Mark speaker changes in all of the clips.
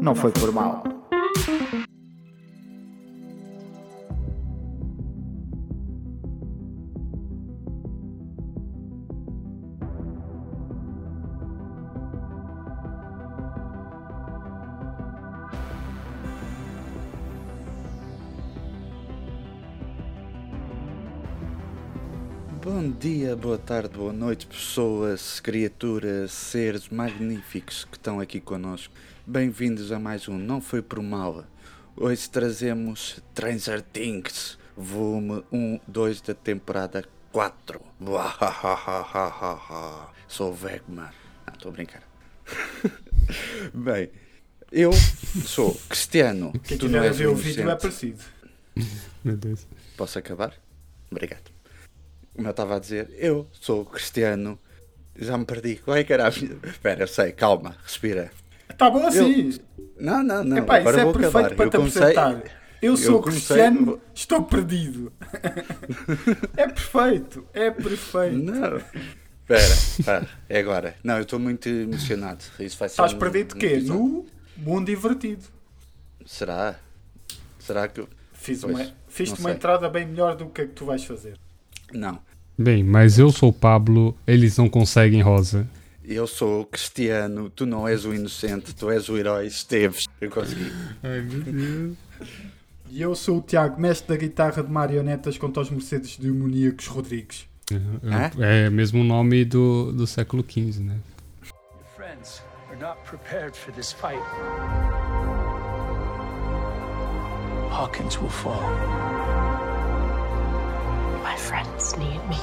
Speaker 1: Não foi por mal.
Speaker 2: Bom dia, boa tarde, boa noite, pessoas, criaturas, seres magníficos que estão aqui connosco. Bem-vindos a mais um Não Foi Por Mal. Hoje trazemos Stranger Things, volume 1, 2 da temporada 4. Buahahahahaha. Sou velho, mano. Não, estou a brincar. Bem, eu sou Cristiano.
Speaker 3: Quem
Speaker 2: tu
Speaker 3: quiser
Speaker 2: não és
Speaker 3: ver o
Speaker 2: um
Speaker 3: vídeo é
Speaker 2: inocente.
Speaker 3: parecido.
Speaker 4: Meu Deus.
Speaker 2: Posso acabar? Obrigado. Como eu estava a dizer, eu sou o Cristiano. Já me perdi. Qual é que era a minha. Espera, eu sei, calma, respira.
Speaker 3: Tá bom assim.
Speaker 2: Não, não, não.
Speaker 3: Epá, isso
Speaker 2: agora
Speaker 3: é
Speaker 2: vou
Speaker 3: perfeito
Speaker 2: acabar.
Speaker 3: para
Speaker 2: eu
Speaker 3: te
Speaker 2: comecei...
Speaker 3: apresentar. Eu sou
Speaker 2: eu comecei-
Speaker 3: Cristiano, estou perdido. é perfeito, é perfeito.
Speaker 2: Não. Espera, espera, é agora. Não, eu estou muito emocionado. Isso vai ser
Speaker 3: Estás
Speaker 2: um-
Speaker 3: perdido
Speaker 2: um
Speaker 3: de quê?
Speaker 2: episódio.
Speaker 3: No mundo divertido.
Speaker 2: Será? Será que. eu-
Speaker 3: Fiz
Speaker 2: Pois,
Speaker 3: uma, fiz-te
Speaker 2: não
Speaker 3: uma
Speaker 2: sei.
Speaker 3: entrada bem melhor do que a que tu vais fazer.
Speaker 2: Não.
Speaker 4: Bem, mas eu sou o Pablo, eles não conseguem rosa.
Speaker 2: Eu sou o Cristiano, tu não és o inocente, tu és o herói, Esteves. Eu consegui.
Speaker 4: Ai, meu Deus.
Speaker 3: E eu sou o Tiago, mestre da guitarra de marionetas contra os Mercedes demoníacos Rodrigues.
Speaker 4: É, é mesmo o nome do, do século XV, né?
Speaker 5: Your friends are not prepared for this fight. Hawkins will fall.
Speaker 6: My friends need me.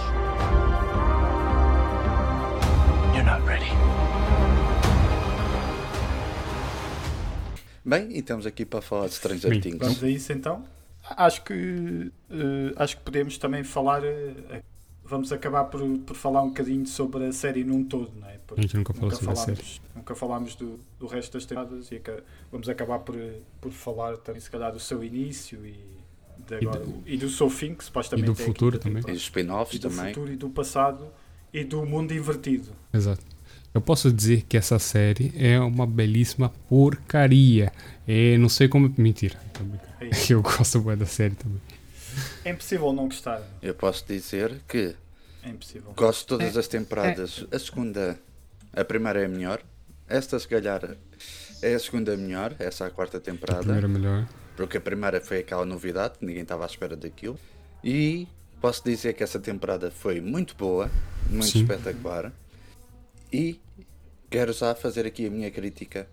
Speaker 5: You're not ready.
Speaker 2: Bem, e estamos aqui para falar de Stranger
Speaker 4: Sim.
Speaker 2: Things.
Speaker 3: Vamos a isso então? Acho que eh, acho que podemos também falar. eh, vamos acabar por, por falar um bocadinho sobre a série num todo, não é? Porque
Speaker 4: A gente nunca falou Hum, sobre a série.
Speaker 3: falámos, nunca falámos do, do resto das temporadas e aca- vamos acabar por, por falar também, se calhar, do seu início e, de agora-
Speaker 4: do-
Speaker 3: e do seu fim, que supostamente
Speaker 4: e do
Speaker 3: é a
Speaker 4: futuro
Speaker 3: quinta
Speaker 4: também.
Speaker 2: E
Speaker 3: temporada.
Speaker 2: os spin-offs
Speaker 3: E do
Speaker 2: também.
Speaker 3: futuro e do passado e do mundo invertido.
Speaker 4: Exato. Eu posso dizer que essa série é uma belíssima porcaria. É, não sei como. Mentira. tô brincando.
Speaker 3: É,
Speaker 4: Eu gosto muito da série também.
Speaker 3: é impossível não gostar.
Speaker 2: Eu posso dizer que
Speaker 3: É impossível.
Speaker 2: gosto de todas as temporadas. A segunda, a primeira é a melhor. Esta, se calhar, é a segunda melhor. Essa é a quarta
Speaker 4: A primeira
Speaker 2: temporada.
Speaker 4: é melhor.
Speaker 2: Porque a primeira foi aquela novidade, ninguém estava à espera daquilo. E posso dizer que essa temporada foi muito boa, muito
Speaker 4: Sim.
Speaker 2: espetacular. E quero já fazer aqui a minha crítica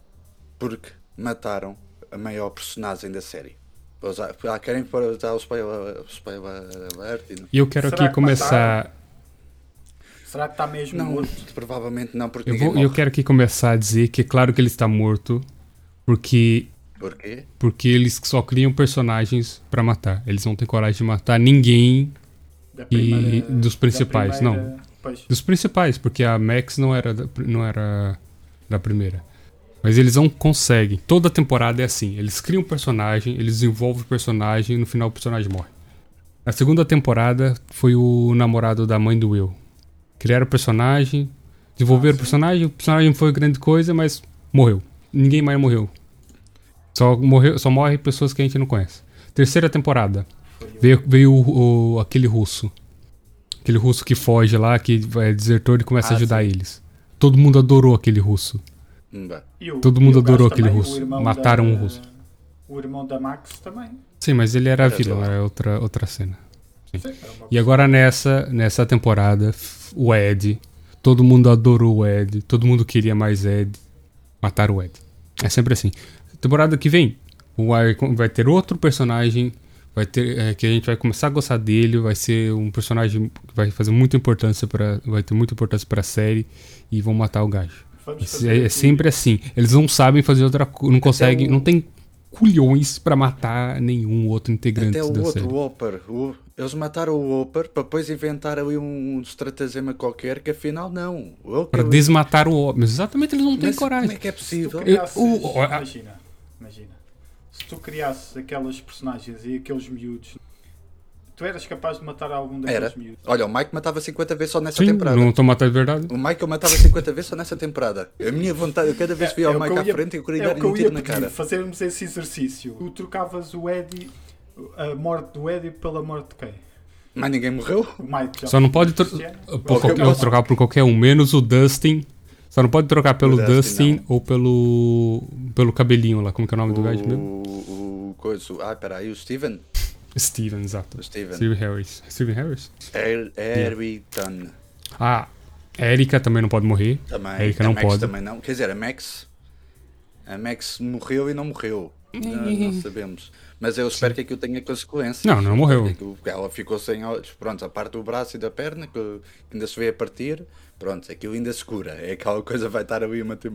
Speaker 2: porque mataram a maior personagem da série. Vou usar- ah, querem pôr usar o spoiler, spoiler alert? e não-
Speaker 4: E eu quero
Speaker 3: Será
Speaker 4: aqui
Speaker 3: que
Speaker 4: começar.
Speaker 3: Será que está mesmo
Speaker 2: Não,
Speaker 3: morto?
Speaker 2: provavelmente não, porque
Speaker 4: Eu,
Speaker 2: ninguém
Speaker 4: vou, eu
Speaker 2: morre.
Speaker 4: quero aqui começar a dizer que é claro que ele está morto. Porque
Speaker 2: Porquê?
Speaker 4: Porque eles só criam personagens pra matar. Eles não têm coragem de matar ninguém
Speaker 3: Da
Speaker 4: e dos
Speaker 3: da
Speaker 4: principais, não.
Speaker 3: primeira- Pois.
Speaker 4: dos principais, porque a Max não era da, pri- não era da primeira. Mas eles não conseguem. Toda temporada é assim. Eles criam um personagem, eles desenvolvem o personagem e no final o personagem morre. Na segunda temporada foi o namorado da mãe do Will. Criaram o personagem, desenvolveram o personagem, o personagem foi grande coisa, mas morreu. Ninguém mais morreu. Só, morreu, só morre pessoas que a gente não conhece. Terceira temporada. Veio, veio o- o- aquele russo. Aquele russo que foge lá, que é desertor e começa a ajudar eles. Todo mundo adorou aquele russo.
Speaker 2: Hum, bem.
Speaker 3: E o-
Speaker 4: Todo
Speaker 3: e
Speaker 4: mundo
Speaker 3: o gajo
Speaker 4: adorou aquele
Speaker 3: também, o
Speaker 4: russo.
Speaker 3: irmão
Speaker 4: Mataram
Speaker 3: da-
Speaker 4: um russo.
Speaker 3: O irmão da Max também.
Speaker 4: Sim, mas ele era
Speaker 2: Era
Speaker 4: vilão,
Speaker 2: vilão.
Speaker 4: era outra, outra cena.
Speaker 3: Sim, era uma-
Speaker 4: E agora nessa, nessa temporada, f- o Ed. Todo mundo adorou o Ed. Todo mundo queria mais Ed. Mataram o Ed. É sempre assim. Temporada que vem, o Icon vai ter outro personagem. Vai ter, é, que a gente vai começar a gostar dele. Vai ser um personagem que vai fazer muita importância para Vai ter muita importância pra série. E vão matar o gajo.
Speaker 3: Vamos fazer
Speaker 4: É, é
Speaker 3: aqui-
Speaker 4: sempre assim. Eles não sabem fazer outra coisa. Não conseguem.
Speaker 2: o-
Speaker 4: Não tem culhões pra matar nenhum outro integrante
Speaker 2: Até o
Speaker 4: da
Speaker 2: outro,
Speaker 4: série.
Speaker 2: o Hopper. o- eles mataram o Hopper para depois inventar ali um, um estratagema qualquer que afinal não. O Hopper-
Speaker 4: Pra desmatar o homem. Mas Exatamente, eles não têm
Speaker 2: Mas
Speaker 4: coragem.
Speaker 2: Como é que é
Speaker 3: Se tu
Speaker 2: possível?
Speaker 3: criasses-
Speaker 4: Eu- o- a-
Speaker 3: Imagina, imagina. Se tu criasses aquelas personagens e aqueles miúdos, tu eras capaz de matar algum daqueles
Speaker 2: Era.
Speaker 3: miúdos.
Speaker 2: Olha, o Mike matava 50 vezes só nessa
Speaker 4: Sim,
Speaker 2: temporada.
Speaker 4: não estou a matar de verdade.
Speaker 2: O Mike eu matava 50 vezes só nessa temporada. A minha vontade, eu cada vez que via
Speaker 3: É
Speaker 2: o
Speaker 3: o que
Speaker 2: Mike
Speaker 3: eu
Speaker 2: à
Speaker 3: ia-
Speaker 2: frente eu queria
Speaker 3: é o
Speaker 2: dar
Speaker 3: que eu
Speaker 2: um tiro
Speaker 3: ia
Speaker 2: na
Speaker 3: pedir,
Speaker 2: cara.
Speaker 3: fazermos esse exercício. Tu trocavas o Eddie, a morte do Eddie pela morte de quem?
Speaker 2: Mas ninguém morreu.
Speaker 3: O Mike já.
Speaker 4: Só não pode tro-
Speaker 3: Cristiano?
Speaker 4: por
Speaker 2: Qualquer
Speaker 4: qualquer-
Speaker 2: um.
Speaker 4: trocar por qualquer um, menos o Dustin. Só não pode trocar pelo
Speaker 2: Dustin,
Speaker 4: Dustin,
Speaker 2: não.
Speaker 4: ou pelo pelo cabelinho lá. Como que é o nome do gajo mesmo?
Speaker 2: O, o coisa. Ah, peraí, o Steven?
Speaker 4: Steven, exato.
Speaker 2: O Steven.
Speaker 4: Steven Harris. Steven Harris?
Speaker 2: Er, Eriton.
Speaker 4: Ah, a Erika também não pode morrer.
Speaker 2: Também.
Speaker 4: a Erika
Speaker 2: a
Speaker 4: É não
Speaker 2: Max
Speaker 4: pode.
Speaker 2: também não. Quer dizer, a Max. A Max morreu e não morreu. não, não sabemos. Mas eu espero que aquilo tenha consequências.
Speaker 4: Não, não morreu.
Speaker 2: Aquilo- Ela ficou sem olhos. Pronto, a parte do braço e da perna que que ainda se vê a partir. Pronto, aquilo ainda se cura. É aquela coisa vai estar ali uma tem-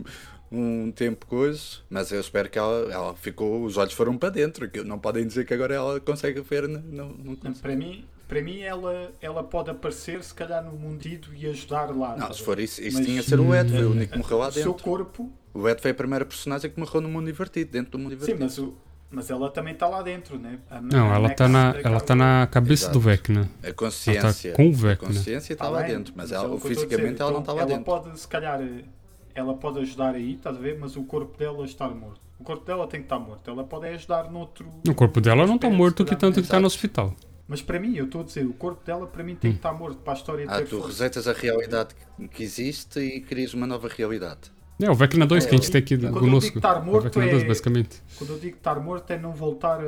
Speaker 2: um tempo coisa. Mas eu espero que ela, ela ficou. Os olhos foram para dentro. Que não podem dizer que agora ela consegue ver. Não, não, não consegue.
Speaker 3: Para mim, para mim ela, ela pode aparecer, se calhar, no mundido e ajudar lá.
Speaker 2: Não, se for isso, isso
Speaker 3: Mas- eh,
Speaker 2: tinha de ser o Ed, foi o único que morreu lá
Speaker 3: O seu
Speaker 2: dentro.
Speaker 3: corpo,
Speaker 2: O Ed foi a primeira personagem que morreu no mundo divertido, dentro do mundo
Speaker 3: sim,
Speaker 2: divertido.
Speaker 3: mas, o, mas ela também está lá dentro, né? A-
Speaker 4: Não,
Speaker 3: a
Speaker 4: ela
Speaker 3: Max
Speaker 4: tá na,
Speaker 3: acaba-
Speaker 4: ela tá na cabeça
Speaker 2: Exato.
Speaker 4: do Vecna.
Speaker 2: A consciência.
Speaker 4: Ela tá com o Vecna.
Speaker 2: a consciência
Speaker 3: Tá
Speaker 2: está lá
Speaker 3: bem,
Speaker 2: dentro, mas
Speaker 3: é
Speaker 2: ela,
Speaker 3: o que eu tô a
Speaker 2: fisicamente
Speaker 3: dizer.
Speaker 2: ela não
Speaker 3: Então,
Speaker 2: estava lá
Speaker 3: ela
Speaker 2: dentro.
Speaker 3: pode, se calhar, eh, ela pode ajudar aí, estás a ver? Mas o corpo dela está morto. O corpo dela tem que estar morto. Ela pode é ajudar noutro.
Speaker 4: O corpo dela não tá
Speaker 3: Espera,
Speaker 4: morto que
Speaker 3: espera,
Speaker 4: tanto que tá no Hum.
Speaker 2: exato.
Speaker 4: hospital.
Speaker 3: Mas para mim, eu estou a dizer, o corpo dela para mim tem que estar morto para a história
Speaker 2: Ah,
Speaker 3: ter
Speaker 2: tu
Speaker 3: força.
Speaker 2: rejeitas a realidade que- que existe e crias uma nova realidade.
Speaker 4: É, o Vecna 2 que a gente
Speaker 3: eu-
Speaker 4: tem aqui
Speaker 3: quando eu digo
Speaker 4: conosco.
Speaker 3: que tá
Speaker 4: O
Speaker 3: morto,
Speaker 4: Vecna
Speaker 3: é-
Speaker 4: 2, basicamente.
Speaker 3: Quando eu digo estar morto é não voltar a.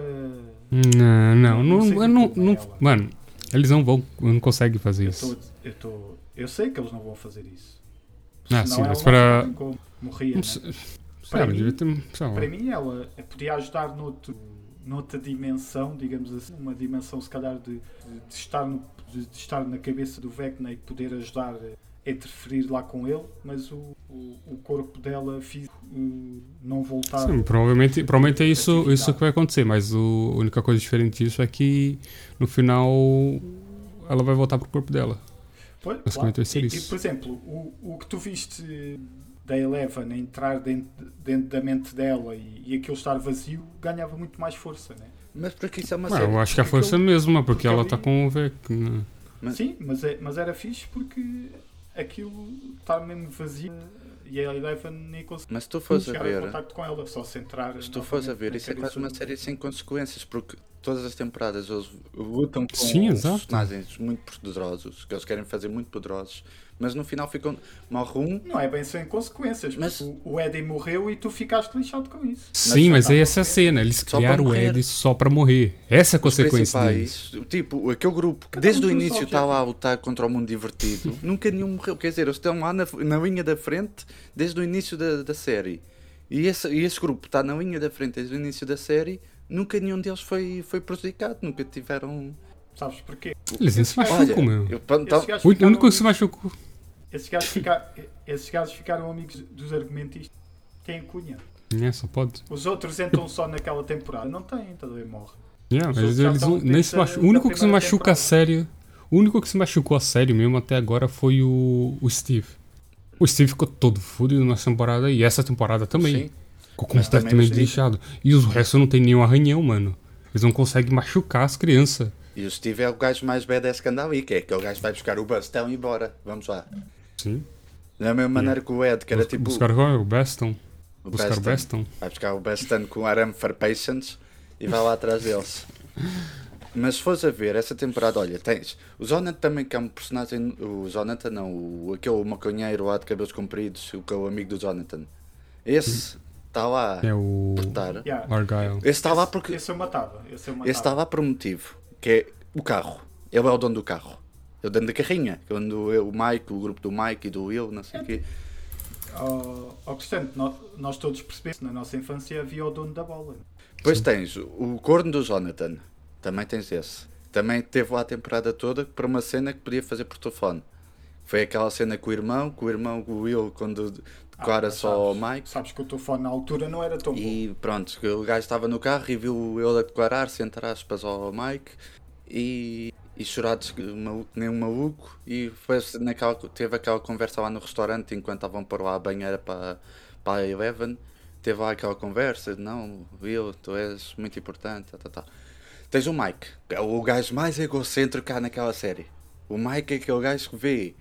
Speaker 4: Não, não,
Speaker 3: Não
Speaker 4: não,
Speaker 3: sei
Speaker 4: eu não,
Speaker 3: como é
Speaker 4: não,
Speaker 3: ela.
Speaker 4: mano, eles não vão, não conseguem fazer
Speaker 3: Eu,
Speaker 4: isso.
Speaker 3: tô- eu, tô- eu sei que eles não vão fazer isso.
Speaker 4: Ah,
Speaker 3: Senão
Speaker 4: sim,
Speaker 3: ela
Speaker 4: mas
Speaker 3: não
Speaker 4: para-
Speaker 3: sabe como morria,
Speaker 4: Não
Speaker 3: né?
Speaker 4: sei,
Speaker 3: Para
Speaker 4: sabe,
Speaker 3: mim-
Speaker 4: devia ter, um- sei lá.
Speaker 3: Para mim, ela podia ajudar noutro, noutra dimensão, digamos assim, uma dimensão se calhar de, de- de estar, no- de, de estar na cabeça do Vecna e poder ajudar a interferir lá com ele, mas o, o, o corpo dela físico hum, não voltar.
Speaker 4: Sim, provavelmente, provavelmente é isso,
Speaker 3: Atividade.
Speaker 4: isso que vai acontecer, mas o, a única coisa diferente disso é que no final ela vai voltar pro corpo dela.
Speaker 3: Pois,
Speaker 4: Basicamente vai ser
Speaker 3: E-
Speaker 4: isso.
Speaker 3: E, por exemplo, o, o que tu viste da Eleven a entrar dentro, dentro da mente dela e, e aquilo estar vazio ganhava muito mais força, né?
Speaker 2: Mas porque isso é uma
Speaker 4: Ué,
Speaker 2: série.
Speaker 4: eu acho que a
Speaker 3: porque
Speaker 4: força
Speaker 3: eu-
Speaker 4: mesma, porque,
Speaker 3: porque
Speaker 4: ela
Speaker 3: eu
Speaker 4: tá
Speaker 3: vi-
Speaker 4: com o né? Vecna.
Speaker 2: Mas-
Speaker 3: Sim, mas, é, mas era fixe porque aquilo estar mesmo vazio e a Eleven nem conseguia
Speaker 2: Mas se tu fores a
Speaker 3: chegar
Speaker 2: ver,
Speaker 3: em contacto com ela, só se entrar.
Speaker 2: se tu fores a ver, isso é quase uma série sem consequências, porque todas as temporadas eles lutam com
Speaker 4: Sim, exato.
Speaker 2: personagens muito poderosos, que eles querem fazer muito poderosos, mas no final ficam morre um
Speaker 3: Não é bem sem consequências,
Speaker 2: Mas-
Speaker 3: mas o, o Eddie morreu e tu ficaste lixado com isso.
Speaker 4: Sim, mas
Speaker 3: tá
Speaker 4: é
Speaker 3: com
Speaker 4: essa a
Speaker 3: o Vecna.
Speaker 4: cena, eles
Speaker 2: Só pra
Speaker 4: criaram o
Speaker 2: morrer.
Speaker 4: Ed só pra morrer. Essa é a
Speaker 2: Os
Speaker 4: consequência deles.
Speaker 2: principais, Tipo, aquele grupo que
Speaker 3: Cada um
Speaker 2: desde o
Speaker 3: tem o seu
Speaker 2: início está lá a lutar contra o mundo divertido, nunca nenhum morreu. Quer dizer, eles estão lá na, na linha da frente desde o início da, da série. E esse, e esse grupo está na linha da frente desde o início da série, nunca nenhum deles foi, foi prejudicado, nunca tiveram. um
Speaker 3: Sabes porquê?
Speaker 4: Eles nem se machucam, meu.
Speaker 2: eu- então,
Speaker 3: Esses gajos
Speaker 4: O
Speaker 3: ficaram-
Speaker 4: único que se machucou.
Speaker 3: Esses gajos, fica- esses gajos ficaram amigos dos argumentistas. Têm cunha.
Speaker 4: É, só pode.
Speaker 3: Os outros entram só naquela temporada. Não têm, então ele morre.
Speaker 4: É,
Speaker 3: Os
Speaker 4: mas
Speaker 3: outros já
Speaker 4: eles
Speaker 3: estão
Speaker 4: não- nem
Speaker 3: dentro
Speaker 4: se
Speaker 3: da-
Speaker 4: machu... O
Speaker 3: da
Speaker 4: único que se
Speaker 3: primeira
Speaker 4: machuca a
Speaker 3: temporada.
Speaker 4: sério. O único que se machucou a sério mesmo até agora foi o, o Steve. O Steve ficou todo fudido na temporada e essa temporada também.
Speaker 2: sim.
Speaker 4: Ficou
Speaker 2: Mas também o
Speaker 4: completamente
Speaker 2: Steve-
Speaker 4: lixado. E os restos não tem nenhum arranhão, mano. Eles não conseguem machucar as crianças.
Speaker 2: E o Steve é o gajo mais badass que anda ali, que é que o gajo que vai buscar o bastão e ir embora. Vamos lá.
Speaker 4: Sim.
Speaker 2: Da mesma maneira que o Ed, que era
Speaker 4: Bus-
Speaker 2: tipo.
Speaker 4: Buscaram qual é? o Beston.
Speaker 2: o
Speaker 4: Buscaram o Beston.
Speaker 2: Vai buscar o Bastan com arame for patience e vai lá atrás deles. Mas se fores a ver, essa temporada, olha, tens o Jonathan também, que é um personagem. O Jonathan não, o, aquele maconheiro lá de cabelos compridos, o que é o amigo do Jonathan. Esse está lá
Speaker 4: É o
Speaker 2: por estar.
Speaker 3: Yeah.
Speaker 4: Argyle.
Speaker 2: Esse está lá porque.
Speaker 3: Esse é eu matava. Esse eu matava.
Speaker 2: Esse está lá por um motivo, que é o carro. Ele é o dono do carro. É o dono da carrinha. Quando eu, o Mike, o grupo do Mike e do Will, não sei o quê. tá-
Speaker 3: Ó ó, Cristiano, nó- nós todos percebemos que na nossa infância havia o dono da bola.
Speaker 2: Depois tens o corno do Jonathan. Também tens esse. Também teve lá a temporada toda para uma cena que podia fazer por telefone. Foi aquela cena com o irmão, com o irmão o Will quando declara
Speaker 3: mas
Speaker 2: só ao
Speaker 3: sabes-
Speaker 2: Mike.
Speaker 3: Sabes que o telefone na altura não era tão bom.
Speaker 2: E pronto, que o gajo estava no carro e viu ele a declarar-se, entre aspas, ao Mike e, e chorar de maluco, nem um maluco. E foi assim naquela, teve aquela conversa lá no restaurante enquanto estavam por lá a banheira para, para a Eleven. Teve lá aquela conversa: Não, Will, tu és muito importante. Tá, tá, tá. Tens o Mike, que é o gajo mais egocêntrico que há naquela série. O Mike é aquele gajo que vê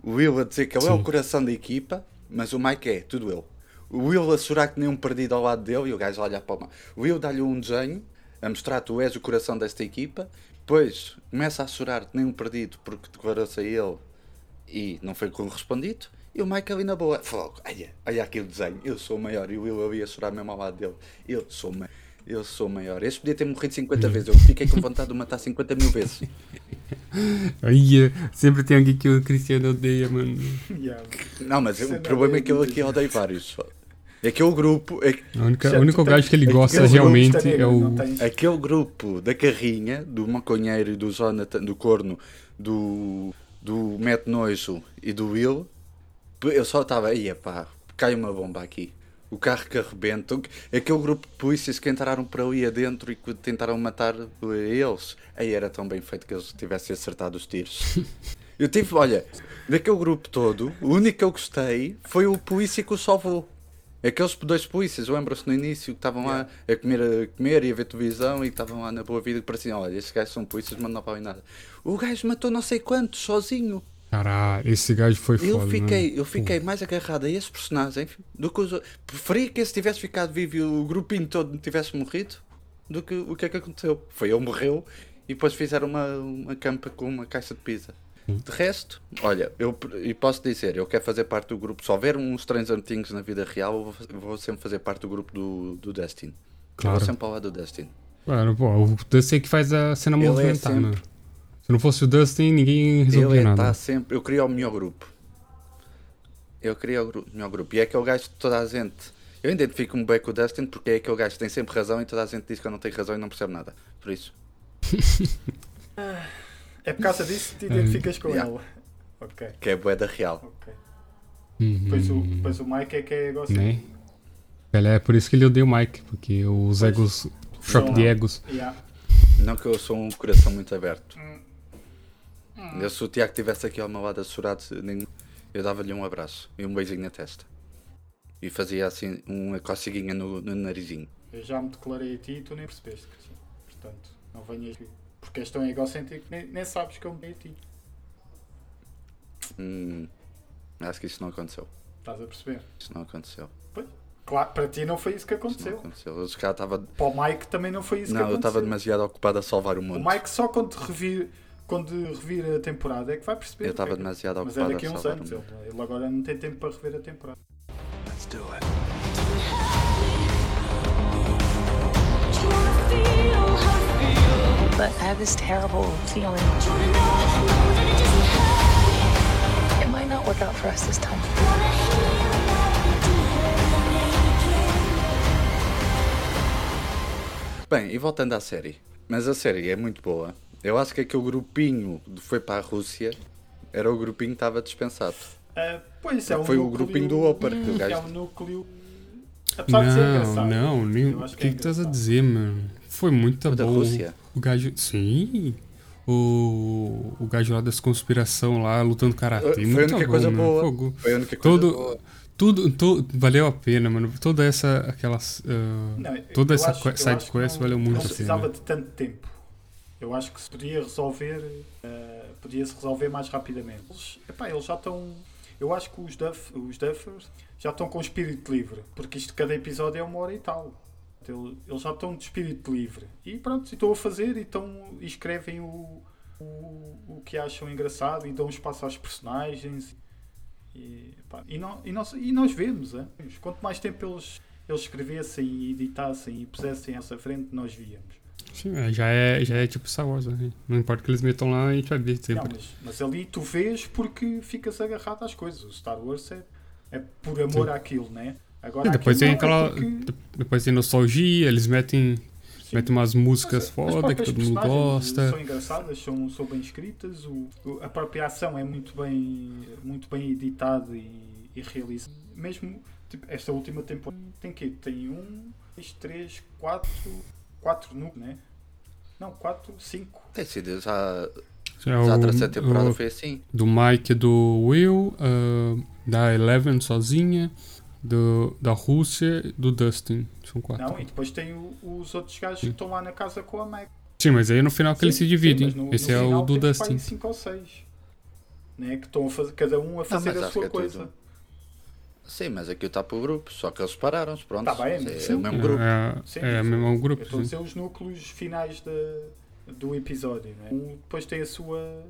Speaker 2: o Will a dizer que ele é o
Speaker 4: Sim.
Speaker 2: coração da equipa, mas o Mike é, tudo eu. O Will a chorar que nem um perdido ao lado dele e o gajo a olhar para o Mike. O Will dá-lhe um desenho a mostrar tu és o coração desta equipa, depois começa a chorar que nem um perdido porque declarou-se a ele e não foi correspondido. E o Mike ali na boa, fogo, olha, olha aquele desenho, eu sou o maior. E o Will ali a chorar mesmo ao lado dele, eu sou o maior. Eu sou o maior. Este podia ter morrido 50 vezes. Eu fiquei com vontade de o matar 50 mil vezes.
Speaker 4: Aí, é, sempre tem alguém que o Cristiano odeia, mano.
Speaker 3: Yeah.
Speaker 2: Não, mas
Speaker 3: Isso
Speaker 2: o
Speaker 3: não
Speaker 2: problema
Speaker 3: é
Speaker 2: é que eu
Speaker 3: muito
Speaker 2: aqui odeio vários. É que o grupo, é, que-
Speaker 4: A única-
Speaker 3: Já tá- é
Speaker 4: O único
Speaker 3: tu
Speaker 4: gajo que ele
Speaker 3: tens-
Speaker 4: gosta
Speaker 2: aquele
Speaker 4: realmente
Speaker 3: Custa
Speaker 4: é
Speaker 3: negro,
Speaker 4: o.
Speaker 3: né? não tá- tens-
Speaker 2: aquele grupo da carrinha, do maconheiro e do Jonathan, do corno, do, do Matt Noiso e do Will, p- eu só estava, ia pá, cai uma bomba aqui. O carro que arrebenta. o que- Aquele grupo de polícias que entraram para ali adentro e que tentaram matar eh, eles. Aí era tão bem feito que eles tivessem acertado os tiros. Eu tive, olha, daquele grupo todo, o único que eu gostei foi o polícia que o salvou. Aqueles dois polícias, lembram-se no início, que estavam lá a comer, a comer e a ver televisão e estavam lá na boa vida que pareciam, olha, estes gajos são polícias, mas não valem nada. O gajo matou não sei quantos sozinho.
Speaker 4: Caralho, esse gajo foi
Speaker 2: Eu
Speaker 4: foda. é?
Speaker 2: fiquei,
Speaker 4: mano.
Speaker 2: eu fiquei mais agarrado a esse personagem do que os outros. Preferia que esse tivesse ficado vivo e o grupinho todo tivesse morrido do que o que é que aconteceu. Foi ele morreu e depois fizeram uma, uma campa com uma caixa de pizza.
Speaker 4: Hum.
Speaker 2: De resto, olha, eu p- e posso dizer, eu quero fazer parte do grupo. Se houver uns Stranger Things na vida real, eu vou, vou sempre fazer parte do grupo do, do Destin. Eu
Speaker 4: Claro.
Speaker 2: vou sempre ao lado do Destin.
Speaker 4: Mano, pô, o Dustin é que faz a cena
Speaker 2: Ele é
Speaker 4: movimentar,
Speaker 2: sempre-
Speaker 4: mano. Se não fosse o Dustin, ninguém
Speaker 2: Eu
Speaker 4: resolvia
Speaker 2: é,
Speaker 4: nada.
Speaker 2: tá sempre. Eu queria o melhor grupo. Eu queria o, gru- melhor grupo. E é aquele gajo que toda a gente. Eu identifico-me bem com o Dustin porque é aquele gajo que tem sempre razão e toda a gente diz que eu não tenho razão e não percebe nada. Por isso.
Speaker 3: É por causa disso que te identificas com
Speaker 2: Yeah.
Speaker 3: ela. Ok,
Speaker 2: Que é boeda real.
Speaker 3: ok.
Speaker 4: Uhum.
Speaker 3: Pois o, pois o Mike é que é egocêntrico.
Speaker 4: Né? Ele é por isso que ele odeia o Mike, porque os egos. Choque
Speaker 3: São-
Speaker 4: de egos.
Speaker 3: Então, Yeah.
Speaker 2: Não que eu sou um coração muito aberto. Eu se o Tiago estivesse aqui ao meu lado assurado, eu dava-lhe um abraço e um beijinho na testa. E fazia assim uma coceguinha no, no narizinho.
Speaker 3: Eu já me declarei a ti e tu nem percebeste, Cristiano. Portanto, não venhas aqui. Porque és tão egocêntrico, nem, nem sabes que eu me dei a ti.
Speaker 2: Hum, acho que isso não aconteceu.
Speaker 3: Estás a perceber?
Speaker 2: Isso não aconteceu.
Speaker 3: Claro, para ti não foi isso que
Speaker 2: Isso não
Speaker 3: aconteceu.
Speaker 2: aconteceu. Eu, se calhar, estava
Speaker 3: Para o Mike também não foi isso
Speaker 2: Não,
Speaker 3: que
Speaker 2: eu estava
Speaker 3: aconteceu.
Speaker 2: demasiado ocupado a salvar o mundo.
Speaker 3: O Mike só quando revir, quando revir a temporada é que vai perceber.
Speaker 2: Eu
Speaker 3: o que é
Speaker 2: estava
Speaker 3: que-
Speaker 2: demasiado
Speaker 3: Mas é
Speaker 2: ocupado
Speaker 3: daqui
Speaker 2: a
Speaker 3: a uns
Speaker 2: salvar o
Speaker 3: anos.
Speaker 2: mundo.
Speaker 3: Ele, ele agora não tem tempo para rever a temporada.
Speaker 5: Let's do it.
Speaker 6: But I have this terrible feeling. It might not work out for us this time.
Speaker 2: Bem, e voltando à série. Mas a série é muito boa. Eu acho que aquele grupinho que foi para a Rússia era o grupinho que estava dispensado.
Speaker 3: Ah, pois é um
Speaker 2: Foi o
Speaker 3: núcleo-
Speaker 2: grupinho do Hopper, que o
Speaker 3: Hum,
Speaker 2: gajo-
Speaker 3: É um núcleo. Apesar de ser
Speaker 4: Não,
Speaker 3: engraçado.
Speaker 4: não, nem...
Speaker 3: Eu
Speaker 4: o
Speaker 3: acho
Speaker 4: que,
Speaker 3: que é
Speaker 4: que tu estás a
Speaker 3: engraçado.
Speaker 4: dizer, mano? Foi muito
Speaker 2: O da
Speaker 4: bom.
Speaker 2: Rússia?
Speaker 4: O gajo. Sim! O, o gajo lá das conspiração lá, lutando karatê.
Speaker 2: Foi a
Speaker 4: muito
Speaker 2: única
Speaker 4: bom,
Speaker 2: coisa
Speaker 4: mano.
Speaker 2: boa.
Speaker 4: Fogo.
Speaker 2: Foi a única coisa boa.
Speaker 4: Todo, tudo, tu- valeu a pena, mano. Toda essa, aquelas, ah,
Speaker 3: Não, eu-
Speaker 4: toda
Speaker 3: eu
Speaker 4: essa
Speaker 3: acho-
Speaker 4: que-
Speaker 3: eu
Speaker 4: side
Speaker 3: acho que
Speaker 4: quest
Speaker 3: não-
Speaker 4: valeu muito
Speaker 3: Não
Speaker 4: a pena.
Speaker 3: precisava de tanto tempo. Eu acho que se podia resolver, eh, podia-se resolver mais rapidamente. Eles, epá, eles já estão. Eu acho que os, Duff, os Duffers já estão com espírito livre, porque isto cada episódio é uma hora e tal. Então, Eles já estão de espírito livre. E pronto, e estão a fazer e, estão, e escrevem o, o, o que acham engraçado e dão espaço aos personagens. E, pá, e, não, e, nós, e nós vemos, é? quanto mais tempo eles, eles escrevessem e editassem e pusessem à nossa frente, nós víamos.
Speaker 4: Sim, é, já, é, já é tipo Star Wars, né? Não importa o que eles metam lá, a gente vai ver
Speaker 3: Não,
Speaker 4: sempre.
Speaker 3: mas, mas ali tu vês porque ficas agarrado às coisas. O Star Wars é, é por amor
Speaker 4: Sim.
Speaker 3: àquilo, né? Agora
Speaker 4: E depois tem
Speaker 3: aquilo não,
Speaker 4: aquela.
Speaker 3: é porque-
Speaker 4: de- Depois tem nostalgia, eles metem,
Speaker 3: sim.
Speaker 4: metem umas músicas
Speaker 3: Mas- mas
Speaker 4: foda que
Speaker 3: próprias
Speaker 4: todo mundo
Speaker 3: personagens, eh,
Speaker 4: gosta.
Speaker 3: São engraçadas, são, são bem escritas, o, o- a própria ação é muito bem, muito bem editada e, e realizada. Mesmo tipo, esta última temporada tem que Tem um, dois, três, quatro, quatro núcleos, né? Não, quatro, cinco.
Speaker 2: Tem sido já,
Speaker 4: É
Speaker 2: já a
Speaker 4: o-
Speaker 2: terceira temporada
Speaker 4: o-
Speaker 2: foi assim.
Speaker 4: do Mike e do Will, ah, da Eleven sozinha, do, da Rússia do Dustin. São quatro.
Speaker 3: então. Não, e depois tem o- os outros gajos que estão lá na casa com a Meg.
Speaker 4: Sim, mas aí no final que eles
Speaker 3: Sim,
Speaker 4: se
Speaker 3: sim,
Speaker 4: dividem.
Speaker 3: mas no- no
Speaker 4: Esse é o
Speaker 3: final
Speaker 4: do
Speaker 3: temos para aí
Speaker 4: Dustin.
Speaker 3: cinco ou seis. Né? Que estão a fazer, cada um a fazer
Speaker 2: mas
Speaker 3: a
Speaker 2: acho
Speaker 3: sua
Speaker 2: que é
Speaker 3: coisa.
Speaker 2: tudo. Sim, mas aqui está para o grupo, só que eles pararam-se, pronto.
Speaker 3: Tá bem,
Speaker 2: é,
Speaker 3: sim.
Speaker 2: o mesmo grupo.
Speaker 4: É,
Speaker 3: Sim,
Speaker 4: é, é o
Speaker 3: sim.
Speaker 4: mesmo
Speaker 3: Eu estou a
Speaker 4: grupo. sim.
Speaker 3: dizer Então, os núcleos finais da- do episódio. Né? Um depois tem a sua,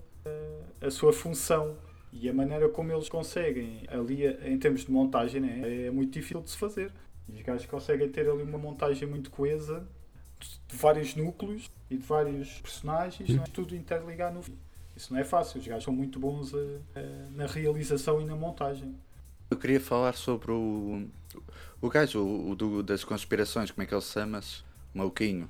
Speaker 3: a, a sua função e a maneira como eles conseguem ali, a- em termos de montagem, né? é muito difícil de se fazer. E os gajos conseguem ter ali uma montagem muito coesa de, de vários núcleos e de vários personagens, não é? tudo interligar no fim. Isso não é fácil, os gajos são muito bons a- a- na realização e na montagem.
Speaker 2: Eu queria falar sobre o. O gajo, o, o do- das conspirações, como é que ele se chama-se? Maluquinho.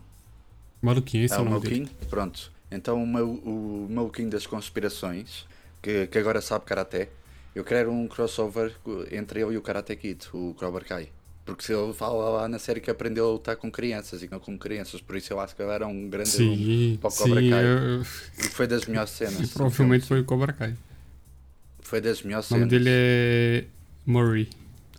Speaker 4: Maluquinho, esse
Speaker 2: Ah,
Speaker 4: é o
Speaker 2: o
Speaker 4: nome dele.
Speaker 2: Maluquinho? Pronto. Então o, mau, o Maluquinho das conspirações, que, que agora sabe karaté, eu quero um crossover co- entre ele e o Karate Kid, o Cobra Kai. Porque se ele fala lá na série que aprendeu a lutar com crianças e não com crianças, por isso eu acho que ele era um grande aluno.
Speaker 4: Sim,
Speaker 2: para o Cobra
Speaker 4: sim.
Speaker 2: Kai.
Speaker 4: eu-
Speaker 2: E foi das melhores cenas.
Speaker 4: Provavelmente foi o Cobra Kai.
Speaker 2: Foi das melhores
Speaker 4: O nome
Speaker 2: cenas.
Speaker 4: dele é Murray.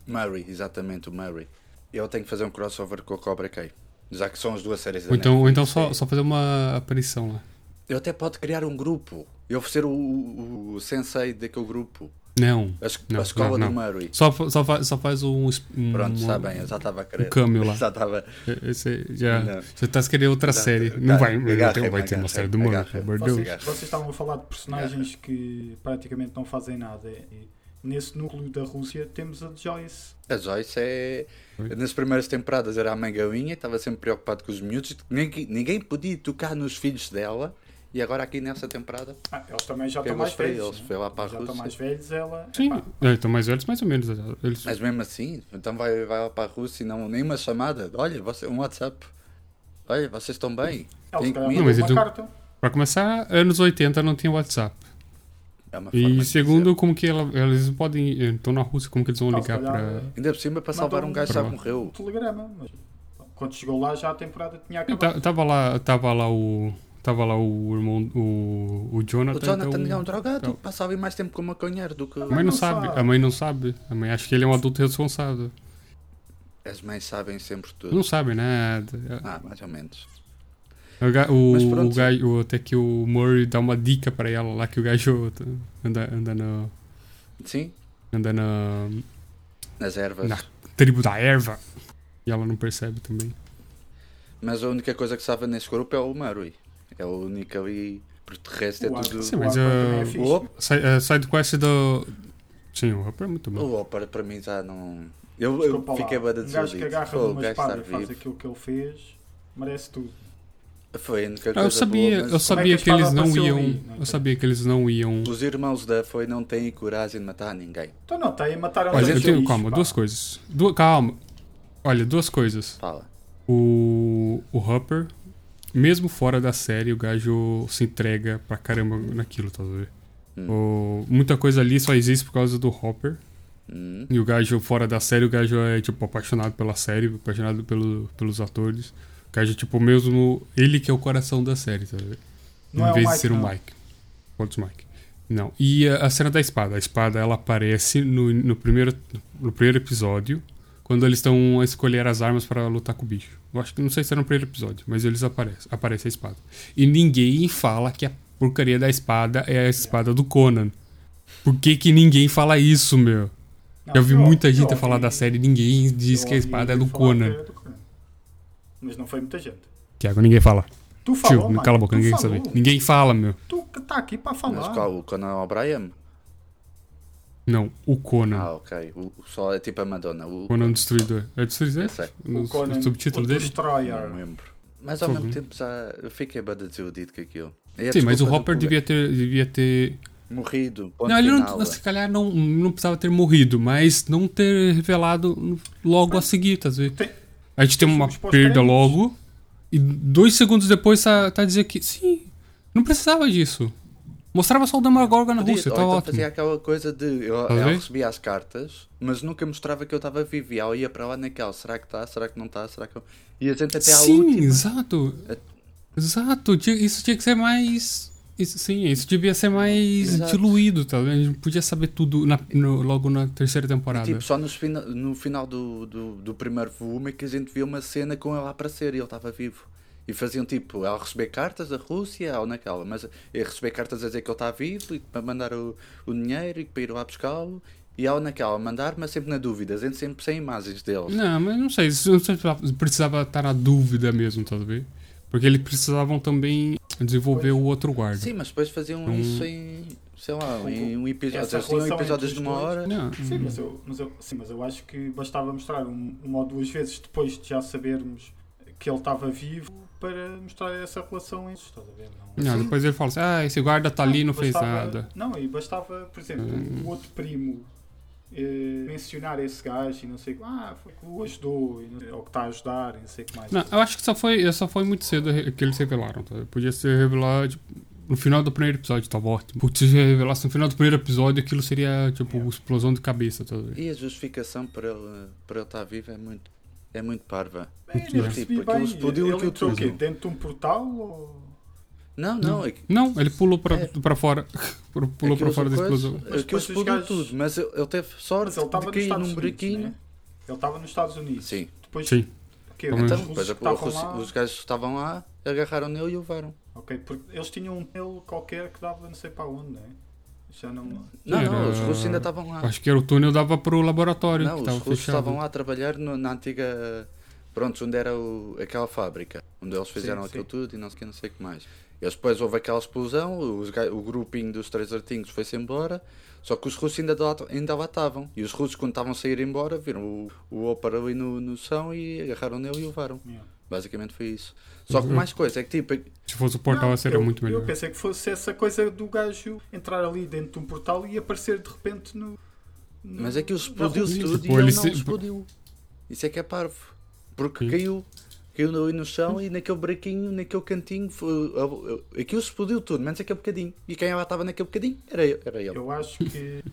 Speaker 2: Murray, exatamente, o Murray. Eu tenho que fazer um crossover com o Cobra Kai. Já que são as duas séries da
Speaker 4: Ou então, ou então
Speaker 2: Netflix.
Speaker 4: só, só fazer uma aparição lá.
Speaker 2: Eu até posso criar um grupo. Eu vou ser o, o- o sensei daquele grupo.
Speaker 4: Não.
Speaker 2: A, es-
Speaker 4: Não,
Speaker 2: a escola
Speaker 4: não,
Speaker 2: do
Speaker 4: não.
Speaker 2: Murray.
Speaker 4: Só, fa- só, faz, só faz um. es- um-
Speaker 2: Pronto, está
Speaker 4: um-
Speaker 2: bem, eu já estava a querer.
Speaker 4: um câmbio lá.
Speaker 2: Já estava.
Speaker 4: Esse, já,
Speaker 2: Não.
Speaker 4: já tá se querendo outra
Speaker 2: Tá,
Speaker 4: série.
Speaker 2: tá,
Speaker 4: não vai, não
Speaker 2: agarra,
Speaker 4: tem- vai ter uma
Speaker 2: agarra,
Speaker 4: série do Murray,
Speaker 2: agarra.
Speaker 4: pelo amor de
Speaker 2: Vocês-
Speaker 4: Deus.
Speaker 2: Obrigado.
Speaker 3: Vocês estavam a falar de personagens que praticamente não fazem nada. E nesse núcleo da Rússia temos a Joyce.
Speaker 2: A Joyce é. Nas primeiras temporadas era a mãe galinha, estava sempre preocupado com os miúdos, ninguém, ninguém podia tocar nos filhos dela. E agora, aqui nessa temporada,
Speaker 3: Ah, eles também já estão
Speaker 2: Pegou
Speaker 3: mais
Speaker 2: para
Speaker 3: velhos.
Speaker 2: eles,
Speaker 3: né?
Speaker 2: foi lá para a
Speaker 3: já estão
Speaker 2: Rússia.
Speaker 3: mais velhos, ela.
Speaker 4: Sim,
Speaker 3: Epá,
Speaker 4: é, então mais velhos, mais ou menos. Eles,
Speaker 2: mas mesmo assim, então vai, vai lá para a Rússia e não nenhuma chamada. Olha, você, um WhatsApp. Olha, vocês estão bem.
Speaker 3: ela
Speaker 2: Tem
Speaker 3: se calhar
Speaker 2: comida.
Speaker 4: Não,
Speaker 3: mandou
Speaker 4: mas
Speaker 3: uma
Speaker 4: então-
Speaker 3: carta.
Speaker 4: pra começar, anos 80 não tinha WhatsApp.
Speaker 2: É uma forma
Speaker 4: E
Speaker 2: de
Speaker 4: segundo,
Speaker 2: dizer.
Speaker 4: como que ela, eles podem. Estão na Rússia, como que eles vão
Speaker 3: Ela se
Speaker 4: ligar
Speaker 3: calhar
Speaker 4: pra.
Speaker 2: Ainda por cima, para salvar um
Speaker 3: Mandou um-
Speaker 2: gajo que já
Speaker 4: Pronto.
Speaker 2: morreu.
Speaker 3: um telegrama. Mas, quando chegou lá, já a temporada tinha
Speaker 4: Eu
Speaker 3: acabado.
Speaker 4: ta- Tá, tava lá, tava lá o. Tava lá o irmão. O, o Jonathan.
Speaker 2: O Jonathan é
Speaker 4: então-
Speaker 2: um drogado
Speaker 4: então-
Speaker 2: que passava mais tempo com o maconheiro do que.
Speaker 4: A mãe não
Speaker 3: Não
Speaker 4: sabe.
Speaker 3: sabe.
Speaker 4: a mãe não sabe. A mãe acha que ele é um adulto responsável.
Speaker 2: As mães sabem sempre tudo.
Speaker 4: Não sabe nada.
Speaker 2: Ah, mais ou menos.
Speaker 4: O, ga- o,
Speaker 2: Mas
Speaker 4: o
Speaker 2: pronto.
Speaker 4: gajo, até que o Murray dá uma dica pra ela lá que o gajo t- anda, anda na.
Speaker 2: Sim,
Speaker 4: anda na.
Speaker 2: nas ervas.
Speaker 4: na tribo da erva. E ela não percebe também.
Speaker 2: Mas a única coisa que salva nesse grupo é o Marui. É o único ali. Porque de resto é
Speaker 3: O Arthur-
Speaker 2: tudo.
Speaker 4: Sim,
Speaker 3: o
Speaker 4: mas,
Speaker 3: Arthur
Speaker 4: ah,
Speaker 3: também é fixe.
Speaker 2: O, Op-
Speaker 4: Sai- eh, Sidequest do. Sim, o rapper é muito bom.
Speaker 2: o Opera para mim já não. Eu, eu
Speaker 3: Desculpa lá,
Speaker 2: fiquei bada
Speaker 3: Um gajo que
Speaker 2: desiludido.
Speaker 3: agarra
Speaker 2: Pô, o
Speaker 3: numa
Speaker 2: gajo está
Speaker 3: espada e faz
Speaker 2: vivo.
Speaker 3: aquilo que ele fez, merece tudo.
Speaker 2: Foi a única
Speaker 4: Ah,
Speaker 2: coisa
Speaker 4: eu sabia,
Speaker 2: boa, mas
Speaker 4: eu sabia
Speaker 3: que
Speaker 4: que
Speaker 3: a
Speaker 4: eles
Speaker 3: espada
Speaker 4: não
Speaker 3: apareceu
Speaker 4: iam.
Speaker 3: ali, né?
Speaker 4: Eu sabia que eles não iam.
Speaker 2: Os irmãos da Foi não têm coragem de matar ninguém.
Speaker 3: Então não, está aí mataram
Speaker 4: Olha,
Speaker 3: dois
Speaker 4: eu tenho.
Speaker 3: juízes,
Speaker 4: Calma,
Speaker 3: pá.
Speaker 4: duas coisas. Du- calma. Olha, duas coisas.
Speaker 2: Fala.
Speaker 4: O. O Hopper, mesmo fora da série, o gajo se entrega pra caramba naquilo, tá vendo? O- muita coisa ali só existe por causa do Hopper.
Speaker 2: Hum,
Speaker 4: E o gajo fora da série, o gajo é, tipo, apaixonado pela série, apaixonado pelo, pelos atores. O gajo, tipo, mesmo. Ele que é o coração da série, tá vendo?
Speaker 3: Não é
Speaker 4: em
Speaker 3: o
Speaker 4: vez de
Speaker 3: Mike,
Speaker 4: ser
Speaker 3: não.
Speaker 4: o Mike. Quantos Mike? Não. E a, a cena da espada. A espada ela aparece no, no, primeiro, no primeiro episódio, quando eles estão a escolher as armas para lutar com o bicho. Eu acho que não sei se era no primeiro episódio, mas eles aparecem. Aparece a espada. E ninguém fala que a porcaria da espada é a espada do Conan. Por que, que ninguém fala isso, meu?
Speaker 3: Não,
Speaker 4: Eu vi
Speaker 3: eu-
Speaker 4: muita
Speaker 3: eu
Speaker 4: gente
Speaker 3: ouvi-
Speaker 4: falar da série e ninguém diz
Speaker 3: eu
Speaker 4: que a
Speaker 3: ouvi
Speaker 4: espada é do
Speaker 3: falar que
Speaker 4: Conan.
Speaker 3: era do Conan. Mas não foi muita gente.
Speaker 4: Tiago, ninguém fala.
Speaker 3: Tu
Speaker 4: Tio,
Speaker 3: é. falou, mano,
Speaker 4: cala a boca,
Speaker 3: tu
Speaker 4: ninguém quer
Speaker 3: falou.
Speaker 4: saber. Ninguém fala, meu.
Speaker 3: Tu que
Speaker 4: tá
Speaker 3: está aqui para falar.
Speaker 2: mas qual? O Conan O'Brien?
Speaker 4: Não, o Conan.
Speaker 2: Ah, ok. O, o só é tipo a Madonna. O,
Speaker 4: Conan Destruidor. É Destruidor?
Speaker 2: Eu sei.
Speaker 4: No,
Speaker 3: O Conan,
Speaker 4: no subtítulo
Speaker 3: o
Speaker 4: dele?
Speaker 2: Não é. me
Speaker 3: Destroyer.
Speaker 2: lembro. Mas ao
Speaker 4: Tô
Speaker 2: mesmo
Speaker 4: bem.
Speaker 2: tempo já eu fiquei bada desiludido com aquilo.
Speaker 4: Uhum.
Speaker 2: é
Speaker 4: Sim,
Speaker 3: é
Speaker 4: mas o Hopper devia ter. Devia ter...
Speaker 2: Morrido. Ponto
Speaker 4: Não, ele
Speaker 2: final. é.
Speaker 4: não, se calhar não, não precisava ter morrido, mas não ter revelado logo a seguir, tá vendo?
Speaker 3: Tem-
Speaker 4: A gente tem
Speaker 3: tem
Speaker 4: uma
Speaker 3: filmes
Speaker 4: perda
Speaker 3: pós-créditos.
Speaker 4: logo, e dois segundos depois tá, tá dizendo que sim, não precisava disso. Mostrava só o Demagorgon na
Speaker 2: Podia-
Speaker 4: Rússia,
Speaker 2: ou
Speaker 4: tava
Speaker 2: então
Speaker 4: ótimo.
Speaker 2: fazia aquela coisa de eu,
Speaker 4: Tá a
Speaker 2: eu
Speaker 4: ver?
Speaker 2: recebia as cartas, mas nunca mostrava que eu estava vivo. E ela ia para lá naquela, será que está, será que não está, será que eu... E a gente até à
Speaker 4: Sim,
Speaker 2: última.
Speaker 4: exato.
Speaker 2: É-
Speaker 4: Exato, tinha- isso tinha que ser mais. Isso, sim, isso devia ser mais
Speaker 2: Exato.
Speaker 4: diluído, tá? vendo? A gente podia saber tudo na- no- logo na terceira temporada.
Speaker 2: Tipo, só nos fina- é no final do, do, do primeiro volume é que a gente viu uma cena com ele a aparecer e ele estava vivo. E faziam tipo, ao receber cartas da Rússia ou naquela, mas ia receber cartas a dizer que ele está vivo e para mandar o, o dinheiro e para ir lá buscá-lo. E ao naquela mandar, mas sempre na dúvida, a gente sempre sem imagens deles.
Speaker 4: Não, mas não sei. Isso não sei se precisava estar na dúvida mesmo, tá vendo? Porque eles precisavam também desenvolver o outro guarda.
Speaker 2: Sim, mas depois faziam isso em, sei lá, em um episódio.
Speaker 3: Essa
Speaker 2: Eles tinham
Speaker 3: relação
Speaker 2: episódios de
Speaker 3: entre os
Speaker 2: uma
Speaker 3: dois.
Speaker 2: hora.
Speaker 4: Não,
Speaker 3: Sim, mas eu, mas eu, sim, mas eu acho que bastava mostrar um- uma ou duas vezes depois de já sabermos que ele estava vivo para mostrar essa relação entre estás a ver? Não,
Speaker 4: não, depois ele fala assim, ah, esse guarda tá ali e não fez
Speaker 3: Bastava-
Speaker 4: nada. Hum.
Speaker 3: Não, e bastava, por exemplo, o outro primo eh, mencionar esse gajo e não sei o que, ah, foi que o ajudou, e não- ou que está a ajudar e não sei o que mais.
Speaker 4: Não, eu acho que só foi, só foi muito cedo re- que eles revelaram, tá? Podia ser revelado tipo, no final do primeiro episódio, tava ótimo. Porque se revelasse no final do primeiro episódio, aquilo seria, tipo,
Speaker 2: É.
Speaker 4: explosão de cabeça, tá? vendo?
Speaker 2: E a justificação para ele, para ele estar vivo é muito, é muito parva.
Speaker 3: Bem,
Speaker 4: Muito
Speaker 3: eu
Speaker 4: bem.
Speaker 3: percebi
Speaker 2: Tipo,
Speaker 3: bem,
Speaker 2: aquilo explodiu
Speaker 3: ele
Speaker 2: aquilo
Speaker 3: entrou o quê?
Speaker 2: tudo.
Speaker 3: Dentro de um portal ou...
Speaker 2: Não, não, é que-
Speaker 4: Não, ele pulou pra,
Speaker 2: É.
Speaker 4: pra fora. pulou pra
Speaker 2: aquilo
Speaker 4: fora da
Speaker 2: coisa-
Speaker 4: explosão.
Speaker 3: Mas
Speaker 2: Aquilo
Speaker 3: depois os
Speaker 2: explodiu
Speaker 3: gajos-
Speaker 2: tudo, mas ele ele teve sorte
Speaker 3: Mas ele estava
Speaker 2: de
Speaker 3: nos
Speaker 2: cair
Speaker 3: Estados
Speaker 2: num
Speaker 3: Unidos,
Speaker 2: buraquinho.
Speaker 3: né? Ele estava nos Estados Unidos.
Speaker 2: Sim.
Speaker 3: Depois,
Speaker 4: Sim.
Speaker 3: que,
Speaker 4: Então,
Speaker 3: os
Speaker 2: Então,
Speaker 4: Os
Speaker 3: russos
Speaker 2: depois a-
Speaker 3: estavam
Speaker 2: os,
Speaker 3: lá-
Speaker 2: os gajos estavam lá, agarraram nele e o levaram.
Speaker 3: Ok, porque eles tinham um pelo qualquer que dava não sei para onde, né? Já não.
Speaker 2: Não, não,
Speaker 4: Era-
Speaker 2: os russos ainda estavam lá.
Speaker 4: Acho que era o túnel dava pro laboratório
Speaker 2: Ah. Não,
Speaker 4: que
Speaker 2: os
Speaker 4: tava
Speaker 2: russos
Speaker 4: fechado.
Speaker 2: estavam lá a trabalhar no- na antiga. Pronto, onde era o- aquela fábrica, onde eles fizeram
Speaker 3: Sim,
Speaker 2: aquilo
Speaker 3: sim.
Speaker 2: tudo e não sei o que, não sei o que mais. Eles depois houve aquela explosão, os ga- o grupinho dos três artigos foi-se embora, só que os russos ainda lá, ainda lá estavam. E os russos, quando estavam a sair embora, viram o, o Opar ali no, no chão e agarraram nele e o levaram.
Speaker 3: Yeah.
Speaker 2: Basicamente foi isso. Só que mais coisa, é que tipo,
Speaker 4: Se fosse o portal,
Speaker 3: Não,
Speaker 4: seria
Speaker 3: eu,
Speaker 4: muito melhor.
Speaker 3: Eu pensei que fosse essa coisa do gajo entrar ali dentro de um portal e aparecer de repente no. no-
Speaker 2: Mas é que
Speaker 3: na
Speaker 2: ele explodiu
Speaker 3: rua.
Speaker 2: tudo e
Speaker 4: Pô,
Speaker 2: ele não
Speaker 4: ele se-
Speaker 2: explodiu. Isso é que é parvo. Porque
Speaker 4: Sim.
Speaker 2: caiu. Caiu ali no chão e naquele brequinho, naquele cantinho, foi- aquilo explodiu tudo, menos aquele bocadinho. E quem lá estava naquele bocadinho era eu- era ele.
Speaker 3: Eu acho que.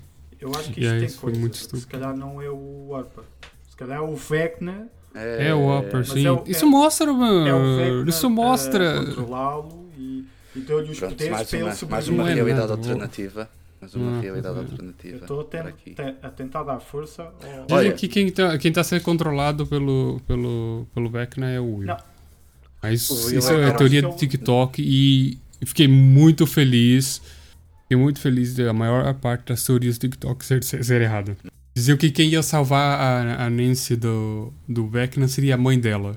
Speaker 3: Eu acho que isto
Speaker 4: Yeah,
Speaker 3: tem
Speaker 4: isso foi
Speaker 3: coisa.
Speaker 4: muito
Speaker 3: Se
Speaker 4: estúpido.
Speaker 3: calhar não é o Orpa. Se calhar é o Vecna.
Speaker 4: É o upper,
Speaker 3: mas
Speaker 4: sim.
Speaker 3: é o-
Speaker 4: isso
Speaker 3: é-
Speaker 4: mostra,
Speaker 3: É o
Speaker 4: mano.
Speaker 3: Vecna
Speaker 4: isso
Speaker 3: a
Speaker 4: mostra.
Speaker 3: controlá-lo e, e deu-lhe os
Speaker 2: Pronto,
Speaker 3: poderes
Speaker 2: mais
Speaker 3: para ele
Speaker 2: uma, mais
Speaker 3: sobreviver.
Speaker 2: uma
Speaker 4: Não é
Speaker 2: realidade
Speaker 4: nada, Ah. Uhum. vou-
Speaker 2: alternativa. Mais uma
Speaker 4: Não,
Speaker 2: realidade
Speaker 4: não.
Speaker 3: Eu
Speaker 2: alternativa.
Speaker 3: estou a,
Speaker 2: para
Speaker 3: ten-
Speaker 2: aqui.
Speaker 3: te- a tentar dar força ao.
Speaker 4: Dizem
Speaker 2: Olha.
Speaker 4: que quem tá, quem tá sendo controlado pelo, pelo, pelo Vecna é o Will.
Speaker 3: Não.
Speaker 4: Mas isso,
Speaker 2: O Will
Speaker 4: isso
Speaker 2: é
Speaker 4: é a
Speaker 2: cara-
Speaker 4: teoria
Speaker 3: acho
Speaker 4: do
Speaker 3: que eu-
Speaker 4: TikTok e fiquei muito feliz. Fiquei muito feliz da maior parte das teorias do TikTok ser, ser, ser errada. Diziam que quem ia salvar a, a Nancy do, do Vecna seria a mãe dela.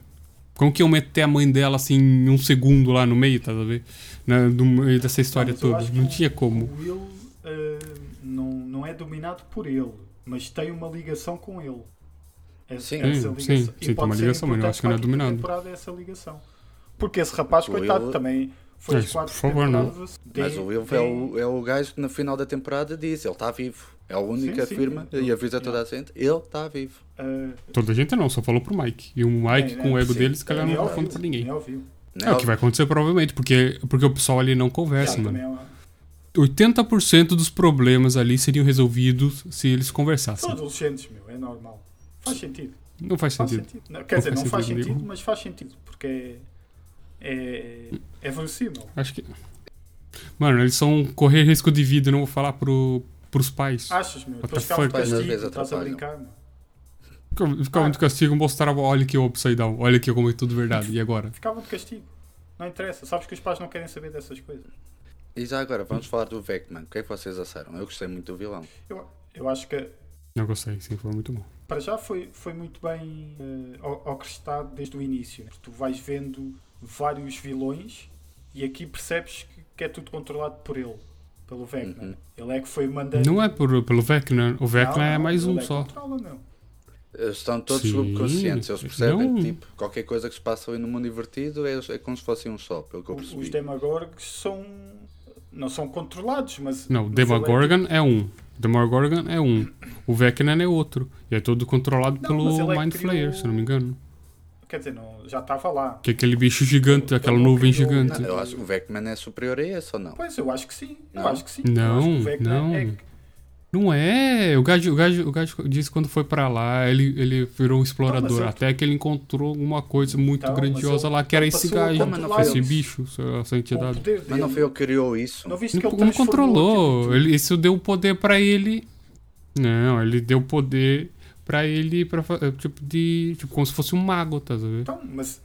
Speaker 4: Como que iam meter a mãe dela assim em um segundo lá no meio, tá vendo? Na, no meio dessa história
Speaker 3: Mas eu
Speaker 4: toda.
Speaker 3: acho que
Speaker 4: Não
Speaker 3: o-
Speaker 4: tinha como.
Speaker 3: O Will eh, não, não é dominado por ele, mas tem uma ligação com ele. Essa,
Speaker 2: Sim.
Speaker 4: Sim,
Speaker 3: ligação.
Speaker 4: sim,
Speaker 3: E
Speaker 4: sim, tem
Speaker 3: pode
Speaker 4: uma
Speaker 3: ser
Speaker 4: ligação, mas eu
Speaker 3: importante
Speaker 4: acho que
Speaker 3: para a
Speaker 4: não é
Speaker 3: quinta
Speaker 4: dominado.
Speaker 3: temporada essa ligação. Porque esse rapaz,
Speaker 2: O
Speaker 3: coitado,
Speaker 2: Will-
Speaker 3: também foi
Speaker 4: Mas,
Speaker 3: as quatro
Speaker 4: por favor, não.
Speaker 3: temporadas de-
Speaker 2: Mas o Will
Speaker 3: de-
Speaker 2: é o, é o gajo que no final da temporada diz: ele está vivo. É a única que
Speaker 3: sim,
Speaker 2: afirma
Speaker 3: eu-
Speaker 2: e avisa toda a gente: ele está vivo.
Speaker 3: eh,
Speaker 4: Toda a gente não, só falou pro Mike. E o Mike,
Speaker 3: É,
Speaker 4: com o
Speaker 3: é,
Speaker 4: ego
Speaker 2: sim.
Speaker 4: dele, se calhar não
Speaker 3: nem
Speaker 4: tá
Speaker 3: ouviu,
Speaker 4: falando pra ninguém.
Speaker 3: nem ouviu.
Speaker 2: Né?
Speaker 4: É o que vai acontecer provavelmente, porque, porque o pessoal ali não conversa,
Speaker 3: Ah,
Speaker 4: mano.
Speaker 3: também é uma-
Speaker 4: 80% dos problemas ali seriam resolvidos se eles
Speaker 3: São
Speaker 4: conversassem.
Speaker 3: adolescentes, meu, é normal. Faz sentido.
Speaker 4: Não faz
Speaker 3: Faz
Speaker 4: sentido.
Speaker 3: sentido. Não, quer dizer,
Speaker 4: faz
Speaker 3: não faz
Speaker 4: sentido
Speaker 3: sentido,
Speaker 4: nenhum.
Speaker 3: mas faz sentido, porque é, é, é verossímil.
Speaker 4: Acho que. Mano, eles são correr risco de vida, eu não vou falar pro, pros pais.
Speaker 3: Achas, meu?
Speaker 4: What the
Speaker 3: Depois ficava de
Speaker 4: fuck?
Speaker 2: Pois, às
Speaker 3: castigo,
Speaker 2: vezes
Speaker 3: estás a
Speaker 2: atrapalham.
Speaker 3: brincar, mano.
Speaker 4: Ficavam Ficava muito castigo, mostrava, olha que eu upside down, olha que eu comi tudo verdade. E agora?
Speaker 3: Ficavam de castigo. Não interessa. Sabes que os pais não querem saber dessas coisas.
Speaker 2: E já agora, vamos falar do Vecman. O que é que vocês acharam? Eu gostei muito do vilão.
Speaker 3: Eu, eu acho que,
Speaker 4: Não gostei, sim, foi muito bom.
Speaker 3: para já, foi, foi muito bem eh, ao orquestrado desde o início. né? Tu vais vendo vários vilões e aqui percebes que, que é tudo controlado por ele, pelo Vecna.
Speaker 2: Uhum.
Speaker 3: Ele é que foi mandando.
Speaker 4: Não é por, pelo Vecna, o Vecna
Speaker 3: Não,
Speaker 4: é
Speaker 3: não,
Speaker 4: mais
Speaker 3: ele
Speaker 4: um
Speaker 3: é que
Speaker 4: só.
Speaker 3: Controla, meu.
Speaker 2: Eles estão todos
Speaker 4: Sim,
Speaker 2: subconscientes, eles percebem
Speaker 4: não.
Speaker 2: que tipo, qualquer coisa que se passa ali no mundo invertido é, é como se fosse um só, pelo que eu
Speaker 3: Os, os
Speaker 2: percebi.
Speaker 3: Demagorgs são. Não são controlados, mas.
Speaker 4: Não, o
Speaker 3: mas ele é que-
Speaker 4: Demogorgon é um. Demogorgon é um. O Vecna é outro. E é todo controlado
Speaker 3: Não, mas ele é
Speaker 4: pelo
Speaker 3: que
Speaker 4: Mind
Speaker 3: criou-
Speaker 4: Flayer, se eu não me engano.
Speaker 3: Quer dizer, não, já estava lá.
Speaker 4: Que é aquele bicho gigante,
Speaker 3: Então,
Speaker 4: aquela
Speaker 3: então não
Speaker 4: nuvem
Speaker 3: criou-
Speaker 4: gigante.
Speaker 2: Não, eu acho que o Vecman é superior a esse ou não?
Speaker 3: Pois, eu acho que sim. Eu
Speaker 2: Não.
Speaker 3: acho que sim.
Speaker 4: Não,
Speaker 3: eu acho que o Vecna
Speaker 4: não.
Speaker 3: É,
Speaker 4: Não é, o gajo, o, gajo, o gajo disse que quando foi pra lá, ele, ele virou um explorador.
Speaker 3: Então, eu-
Speaker 4: até que ele encontrou alguma coisa muito
Speaker 3: Então, mas
Speaker 4: grandiosa
Speaker 3: eu-
Speaker 4: lá, que era
Speaker 3: eu
Speaker 4: esse
Speaker 3: passou a
Speaker 4: gajo,
Speaker 2: controlar
Speaker 4: esse
Speaker 3: eles.
Speaker 4: bicho, essa- essa
Speaker 3: com o
Speaker 4: entidade.
Speaker 3: poder
Speaker 2: Mas
Speaker 3: dele.
Speaker 2: não foi ele que criou isso.
Speaker 3: Não viste que
Speaker 4: Não,
Speaker 3: ele
Speaker 4: não
Speaker 3: transformou tipo
Speaker 4: controlou,
Speaker 3: aquilo
Speaker 4: ele, isso deu poder pra ele. Não, ele deu poder pra ele, pra, fa- tipo, de, tipo, como se fosse um mago, tá
Speaker 3: tudo?
Speaker 4: vendo?
Speaker 3: Então, mas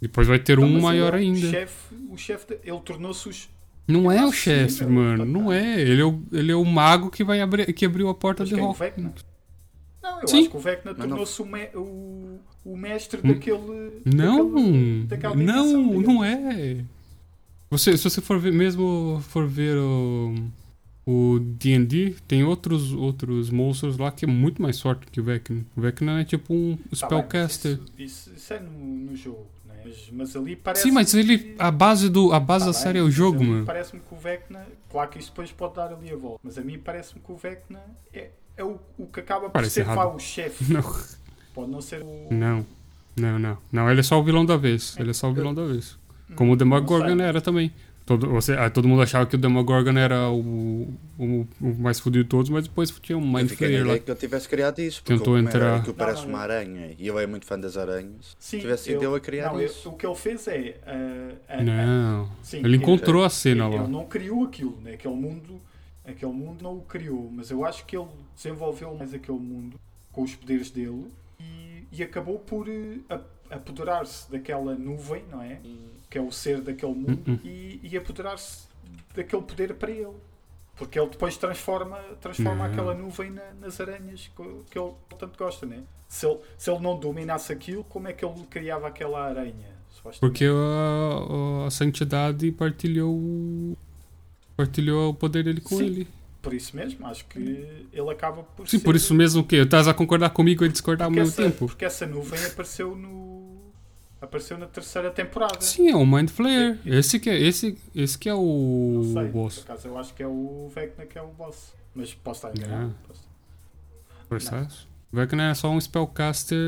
Speaker 4: Depois vai ter
Speaker 3: Então,
Speaker 4: um
Speaker 3: mas
Speaker 4: maior
Speaker 3: ele é o
Speaker 4: ainda.
Speaker 3: chefe- o chefe, de- ele tornou-se os.
Speaker 4: Não é o
Speaker 3: Sim,
Speaker 4: chefe,
Speaker 3: velho.
Speaker 4: mano. Não é. Ele é o, ele é o mago que, vai abrir, que abriu a porta
Speaker 3: Mas
Speaker 4: de
Speaker 3: quem? O
Speaker 4: Rock.
Speaker 3: Vecna? Não, eu
Speaker 4: Sim. Hum.
Speaker 3: acho que o Vecna
Speaker 2: não-
Speaker 3: tornou-se o, me- o- o mestre daquele.
Speaker 4: Não,
Speaker 3: daquele- daquela dimensão,
Speaker 4: não,
Speaker 3: digamos.
Speaker 4: não é. Você, se você for ver, mesmo for ver o o D&D, tem outros outros monstros lá que é muito mais forte que o Vecna. O Vecna é tipo
Speaker 3: Tá
Speaker 4: um
Speaker 3: bem, mas
Speaker 4: spellcaster.
Speaker 3: Isso, isso, isso é no, no jogo, né? mas, mas ali parece.
Speaker 4: Sim, mas ele a base do a base
Speaker 3: Tá
Speaker 4: da
Speaker 3: bem,
Speaker 4: série é o
Speaker 3: mas
Speaker 4: jogo,
Speaker 3: ali
Speaker 4: mano.
Speaker 3: Parece-me que o Vecna. Claro que isso depois pode dar ali a volta, mas a mim parece-me que o Vecna é, é o, o que acaba por
Speaker 4: Parece
Speaker 3: ser vá,
Speaker 4: errado.
Speaker 3: o chefe.
Speaker 4: Não,
Speaker 3: Pode não ser o.
Speaker 4: não. Não, não. Não, ele é só o vilão da vez. Ele é só o vilão da vez.
Speaker 3: Hum,
Speaker 4: Como o Demogorgon
Speaker 3: sei.
Speaker 4: era também. Todo, você, ah, todo mundo achava que o Demogorgon era o, o, o mais fodido de todos, mas depois tinha um
Speaker 2: Eu
Speaker 4: Mind
Speaker 2: fiquei na
Speaker 4: Flayer lá.
Speaker 2: ideia que eu tivesse criado isso, porque
Speaker 4: Tentou
Speaker 2: o primeiro
Speaker 4: entrar-
Speaker 2: era que eu
Speaker 3: Não,
Speaker 2: pareço
Speaker 3: não,
Speaker 2: uma
Speaker 3: não.
Speaker 2: aranha e eu é muito fã das aranhas.
Speaker 3: Sim,
Speaker 2: tivesse sido eu a criar
Speaker 3: não, eu-
Speaker 2: isso.
Speaker 3: o que ele fez é. ah, ah, ah,
Speaker 4: Não.
Speaker 3: Sim,
Speaker 4: ele encontrou a
Speaker 3: ele,
Speaker 4: cena lá.
Speaker 3: ele não criou aquilo, né? aquele mundo. Aquele mundo não o criou, mas eu acho que ele desenvolveu mais aquele mundo com os poderes dele e, e acabou por eh, ap- apoderar-se daquela nuvem, não é? Que é o ser daquele mundo
Speaker 4: Uhum.
Speaker 3: e, e apoderar-se daquele poder para ele. Porque ele depois transforma, transforma
Speaker 4: Não.
Speaker 3: aquela nuvem na- nas aranhas co- que ele tanto gosta, né? Se ele, se ele não dominasse aquilo, como é que ele criava aquela aranha? Supostamente.
Speaker 4: Porque a, a santidade partilhou o. Partilhou o poder dele com
Speaker 3: Sim.
Speaker 4: ele.
Speaker 3: Por isso mesmo, acho que ele acaba por
Speaker 4: Sim,
Speaker 3: ser-
Speaker 4: por isso mesmo que. tá, Estás a concordar comigo e discordar ao
Speaker 3: porque
Speaker 4: mesmo
Speaker 3: essa,
Speaker 4: tempo?
Speaker 3: Porque essa nuvem apareceu no. apareceu na terceira temporada.
Speaker 4: Sim, é o Mind Flayer. Esse que é, esse, esse que é o
Speaker 3: Não sei,
Speaker 4: boss.
Speaker 3: Por acaso eu acho que é o Vecna que é o boss. Mas posso estar
Speaker 4: Ah.
Speaker 3: enganado. posso-
Speaker 4: Versace. Vecna é só um spellcaster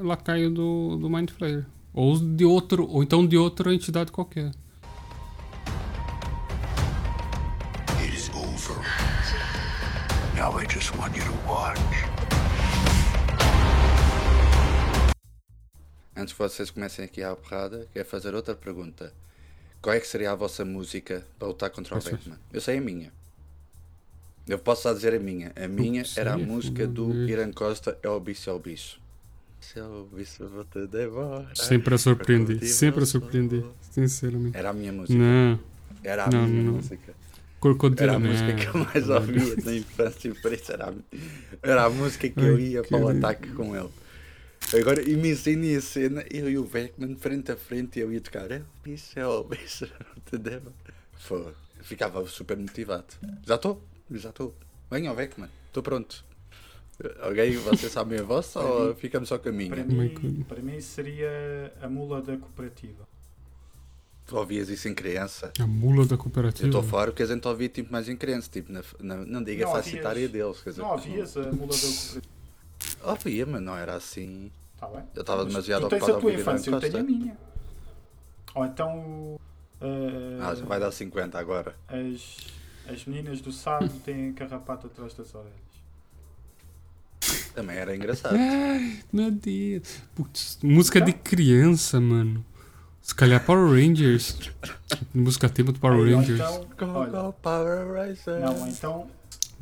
Speaker 4: lacaio do, do Mind Flayer. Ou de outro, ou então de outra entidade qualquer.
Speaker 5: It is over. Now I just want you to watch.
Speaker 2: Antes que vocês comecem aqui à porrada, quero fazer outra pergunta. Qual é que seria a vossa música para lutar contra o
Speaker 4: Posso-
Speaker 2: Batman? Eu sei a minha. Eu posso só dizer a minha. A minha
Speaker 4: sei,
Speaker 2: era a
Speaker 4: filho,
Speaker 2: música do
Speaker 4: meu Deus.
Speaker 2: Irã Costa, É o Bicho, é o Bicho. Se é o bicho, eu vou te devorar.
Speaker 4: Sempre a surpreender.
Speaker 2: Porque
Speaker 4: Sempre a
Speaker 2: você-
Speaker 4: surpreender. Sinceramente.
Speaker 2: Era a minha música.
Speaker 4: Não.
Speaker 2: Era a
Speaker 4: Não,
Speaker 2: minha
Speaker 4: não.
Speaker 2: música.
Speaker 4: Crocodilo
Speaker 2: Era a
Speaker 4: não.
Speaker 2: música que eu mais ouvia então, na infância e por isso era a, era a música que eu
Speaker 4: Ai,
Speaker 2: ia para o
Speaker 4: caralho.
Speaker 2: ataque com ele. Agora imaginem a cena, eu e o Beckman frente a frente e eu ia tocar, é o bicho, é o bicho, não te devo. Fogo. Ficava super motivado. Já estou, já estou. Venha, Beckman, estou pronto. Alguém, vocês sabem a vossa ou ficamos só com a
Speaker 3: Para,
Speaker 2: minha?
Speaker 3: mim,
Speaker 4: Michael.
Speaker 3: para mim seria a mula da cooperativa.
Speaker 2: Tu ouvias isso em criança?
Speaker 4: A mula da
Speaker 2: Eu
Speaker 4: cooperativa.
Speaker 2: estou a falar o que a gente ouvia tipo, mais em criança, tipo, na, na- não diga
Speaker 3: Não
Speaker 2: facitária
Speaker 3: ouvias.
Speaker 2: deles. Quer dizer,
Speaker 3: Não havias a mula da cooperativa.
Speaker 2: Ouvia, mas não era assim.
Speaker 3: Tá bem?
Speaker 2: Eu estava
Speaker 3: Mas
Speaker 2: demasiado
Speaker 3: Tu tens
Speaker 2: ocupado
Speaker 3: a
Speaker 2: a
Speaker 3: tua
Speaker 2: ouvir Irã
Speaker 3: infância, eu tenho a
Speaker 2: Costa.
Speaker 3: minha. Ou então. o- ah,
Speaker 2: Ah, já vai dar 50 agora.
Speaker 3: as, as meninas do sábado têm carrapato atrás das orelhas.
Speaker 2: Também era engraçado.
Speaker 4: É. Ai, meu Deus. Putz, música de criança, mano. Se calhar Power Rangers. música tema do Power
Speaker 3: Aí, ou
Speaker 4: Rangers.
Speaker 3: Então,
Speaker 2: Go,
Speaker 3: olha,
Speaker 2: go, Power Rangers.
Speaker 3: não, ou então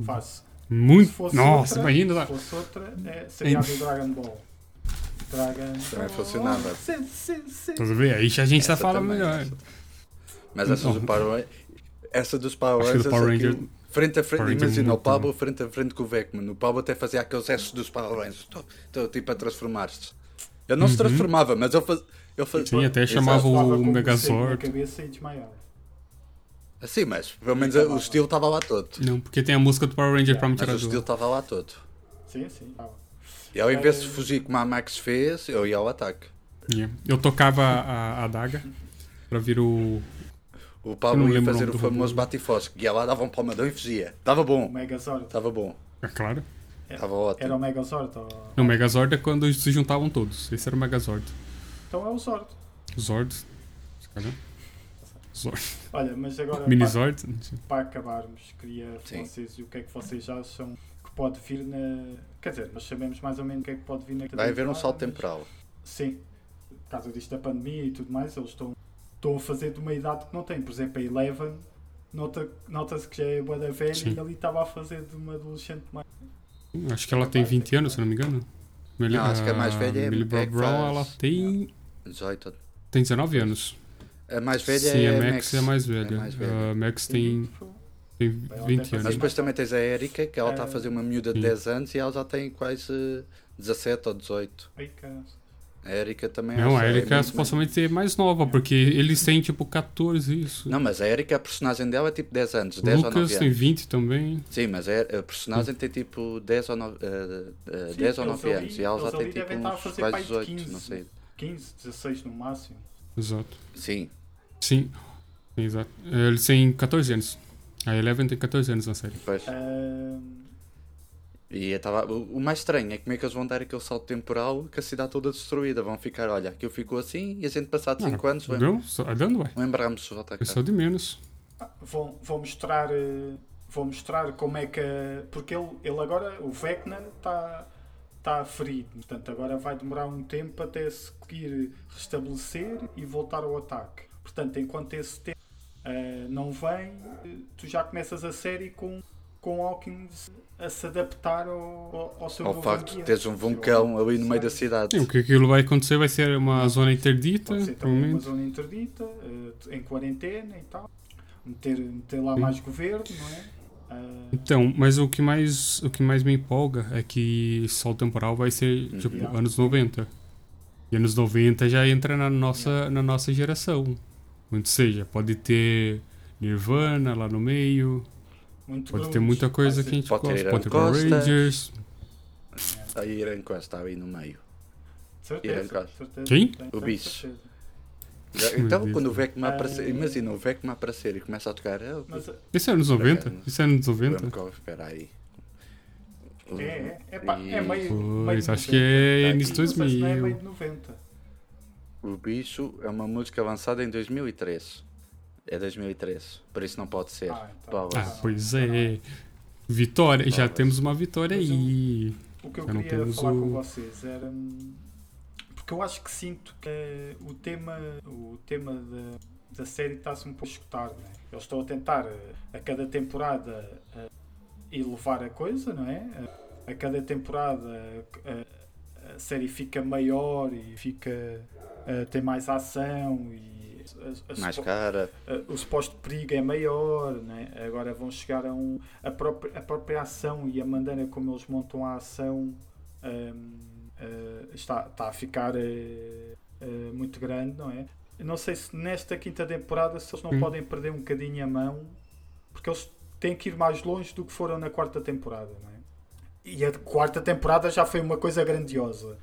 Speaker 3: faço. Se
Speaker 4: Muito.
Speaker 3: fosse
Speaker 4: Nossa,
Speaker 3: outra,
Speaker 4: imagina tá. lá.
Speaker 3: Se fosse outra, é, seria a do Dragon Ball. Dragon
Speaker 2: Também
Speaker 3: Ball.
Speaker 2: funcionava.
Speaker 3: Sim, sim, sim.
Speaker 4: Tá vendo? Aí a gente tá
Speaker 2: Essa
Speaker 4: falando
Speaker 2: também, é
Speaker 4: melhor.
Speaker 2: essa. Mas essa do Power Rangers. Essa dos Power
Speaker 4: Acho que do
Speaker 2: Rangers.
Speaker 4: Power
Speaker 2: aquilo,
Speaker 4: Ranger-
Speaker 2: Frente a frente,
Speaker 4: Power Ranger é
Speaker 2: imagina o
Speaker 4: muito
Speaker 2: Pablo frente a frente com o Vecman. O Pablo até fazia aqueles gestos dos Power Rangers. Estou- Estou tipo a transformar-se. Ele não se transformava, mas eu fazia. Eu faz...
Speaker 4: Uhum. Sim, até
Speaker 2: Exato.
Speaker 4: chamava
Speaker 3: Estava com
Speaker 4: o
Speaker 3: um morcego na
Speaker 4: Megazord.
Speaker 3: cabeça e desmaiava.
Speaker 2: Sim, mas pelo menos o estilo estava lá todo.
Speaker 4: Não, porque tem a música do Power Ranger pra me
Speaker 2: Mas
Speaker 4: tirar
Speaker 2: o
Speaker 4: do.
Speaker 2: estilo estava lá todo.
Speaker 3: Sim, sim. estava.
Speaker 2: E ao invés de fugir como a Max fez, eu ia ao ataque.
Speaker 4: Yeah. Eu tocava a, a adaga pra vir o.
Speaker 2: O
Speaker 4: Eu
Speaker 2: Pablo
Speaker 4: não
Speaker 2: ia
Speaker 4: lembro o
Speaker 2: fazer
Speaker 4: nome
Speaker 2: o
Speaker 4: do
Speaker 2: famoso
Speaker 4: robô.
Speaker 2: batifosco. Ia lá, dava um palmadão e fugia. Tava
Speaker 3: O
Speaker 2: bom,
Speaker 3: Megazord.
Speaker 2: tava bom,
Speaker 4: É claro.
Speaker 2: tava
Speaker 3: Era um o
Speaker 2: ótimo.
Speaker 3: Megazord? ou-
Speaker 4: Não, o Megazord é quando se juntavam todos. Esse era o Megazord.
Speaker 3: Então é o Zord.
Speaker 4: Zord. se calhar. Zord.
Speaker 3: Olha, mas agora para,
Speaker 4: Minizord. não sei.
Speaker 3: para acabarmos, queria
Speaker 2: Sim.
Speaker 3: vocês o que é que vocês acham que pode vir na. Quer dizer, nós sabemos mais ou menos o que é que pode vir na
Speaker 2: Vai haver um
Speaker 3: temporada,
Speaker 2: salto
Speaker 3: mas-
Speaker 2: temporal.
Speaker 3: Sim. Por causa disto da pandemia e tudo mais, eles estão, estão a fazer de uma idade que não têm. Por exemplo, a Eleven, nota- nota-se que já é boa da velha
Speaker 4: Sim.
Speaker 3: e ali estava a fazer de uma adolescente mais.
Speaker 4: Acho que ela tem 20 anos, se não me engano. Millie-
Speaker 2: Não, acho que a mais
Speaker 4: a
Speaker 2: velha é-
Speaker 4: Millie Bob
Speaker 2: é que
Speaker 4: Brown,
Speaker 2: faz-
Speaker 4: ela tem.
Speaker 2: 18.
Speaker 4: tem 19 anos.
Speaker 2: A mais velha
Speaker 4: Sim,
Speaker 2: é
Speaker 4: a Max é a mais velha.
Speaker 2: É mais velha.
Speaker 4: A Max tem,
Speaker 3: Tipo,
Speaker 4: tem
Speaker 3: Ela
Speaker 4: 20
Speaker 3: deve
Speaker 2: Mas
Speaker 4: anos.
Speaker 2: depois também tens a Erika, que ela está a
Speaker 3: É.
Speaker 2: fazer uma miúda de
Speaker 4: Sim.
Speaker 2: 10 anos e ela já tem quase 17 ou 18.
Speaker 3: Ai, caralho.
Speaker 2: A Erika também
Speaker 4: Não,
Speaker 2: acho
Speaker 4: a
Speaker 2: que é
Speaker 4: Erika é
Speaker 2: muito-
Speaker 4: supostamente é mais nova, porque eles têm tipo 14 isso.
Speaker 2: Não, mas a Erika, a personagem dela é tipo 10 anos, 10 ou 9
Speaker 4: Lucas
Speaker 2: anos.
Speaker 4: tem 20 também.
Speaker 2: Sim, mas é, a, a personagem tem tipo 10 ou 9, eh, eh,
Speaker 3: Sim,
Speaker 2: 10 ou
Speaker 3: eles
Speaker 2: 9
Speaker 3: ali-
Speaker 2: anos e ela já
Speaker 3: eles
Speaker 2: tem
Speaker 3: ali
Speaker 2: tipo
Speaker 3: devem estar a
Speaker 2: uns
Speaker 3: fazer
Speaker 2: quase
Speaker 3: pai de
Speaker 2: 18,
Speaker 3: 15.
Speaker 2: não sei.
Speaker 3: 15, 16 no máximo.
Speaker 4: Exato.
Speaker 2: Sim,
Speaker 4: Sim. Sim, Exato. Eles têm 14 anos. A Eleven tem 14 anos na série.
Speaker 2: pois.
Speaker 3: É. Ahm,
Speaker 2: E eu tava, o, o mais estranho é como é que eles vão dar aquele salto temporal com a cidade toda destruída. Vão ficar, olha, aquilo ficou assim e a gente passado 5 anos lem-
Speaker 4: Não, só- andando vai.
Speaker 2: lembramos o ataque.
Speaker 4: É só de menos.
Speaker 3: vão, vão mostrar eh, vão mostrar como é que a- porque ele, ele agora o Vecna está tá ferido portanto agora vai demorar um tempo até se conseguir restabelecer e voltar ao ataque portanto enquanto esse tempo eh, não vem eh, tu já começas a série com com Hawkins a se adaptar ao, ao, ao seu
Speaker 2: Ao
Speaker 3: novo
Speaker 2: facto de
Speaker 3: ambiente.
Speaker 2: teres um vulcão ali no meio da cidade.
Speaker 4: Sim, o que aquilo vai acontecer vai ser uma zona interdita,
Speaker 3: Pode ser também uma
Speaker 4: provavelmente.
Speaker 3: zona interdita, eh, em quarentena e tal. Meter, meter lá
Speaker 4: Sim.
Speaker 3: mais governo, não é? Ah,
Speaker 4: Então, mas o que mais o que mais me empolga é que esse salto temporal vai ser
Speaker 2: Hum,
Speaker 4: tipo
Speaker 3: Yeah.
Speaker 4: anos 90. E anos 90 já entra na nossa na nossa geração. Ou seja, pode ter Nirvana lá no meio,
Speaker 3: muito
Speaker 4: pode
Speaker 3: grunge.
Speaker 4: ter muita coisa
Speaker 3: Vai
Speaker 4: que a gente
Speaker 2: Pode ter
Speaker 4: gosta,
Speaker 2: Irã
Speaker 4: pode ter Power
Speaker 2: Costa.
Speaker 4: Rangers.
Speaker 2: A Irã Costa ali no meio.
Speaker 3: ser- de
Speaker 2: Irã
Speaker 3: certeza,
Speaker 2: Costa.
Speaker 3: de certeza,
Speaker 4: Quem?
Speaker 3: tenho
Speaker 2: O bicho.
Speaker 3: certeza.
Speaker 2: Já- Então,
Speaker 4: Deus.
Speaker 2: quando o Vecma aparecer,
Speaker 3: Ah.
Speaker 2: imagina o Vecma aparecer e começa a tocar. ah,
Speaker 3: Mas ah,
Speaker 4: Isso é anos 90? Isso é anos 90?
Speaker 2: Vamos espera aí.
Speaker 3: é, é, é, pá, é
Speaker 2: E
Speaker 3: meio. meio
Speaker 4: Pois,
Speaker 3: de
Speaker 4: acho que
Speaker 3: 90.
Speaker 4: é
Speaker 2: Tá
Speaker 4: início
Speaker 2: aqui.
Speaker 3: Não sei se
Speaker 4: 2000.
Speaker 3: não é meio de 90.
Speaker 2: O Bicho é uma música lançada em 2003. É 2003, por isso não pode ser.
Speaker 3: Ah, então.
Speaker 2: Bolas.
Speaker 4: Ah, pois é. Vitória, já
Speaker 2: Talvez.
Speaker 4: temos uma vitória
Speaker 3: Mas
Speaker 4: aí.
Speaker 3: O que eu
Speaker 4: Já não
Speaker 3: queria
Speaker 4: temos
Speaker 3: falar
Speaker 4: o-
Speaker 3: com vocês era. hum, Porque eu acho que sinto que eh, o tema, o tema da, da série está-se um pouco a escutar. Né? Eles estão a tentar, eh, a cada temporada, eh, elevar a coisa, não é? A a cada temporada eh, a, a série fica maior e fica. eh, tem mais ação e. a- a-
Speaker 2: Mais
Speaker 3: supo-
Speaker 2: cara.
Speaker 3: Uh, o suposto perigo é maior, né? agora vão chegar a um. A própria, a própria ação e a maneira como eles montam a ação um, uh, está, está a ficar uh, uh, muito grande, não é? Eu não sei se nesta quinta temporada se eles não
Speaker 4: Hum.
Speaker 3: podem perder um bocadinho a mão, porque eles têm que ir mais longe do que foram na quarta temporada, não é? E a quarta temporada já foi uma coisa grandiosa.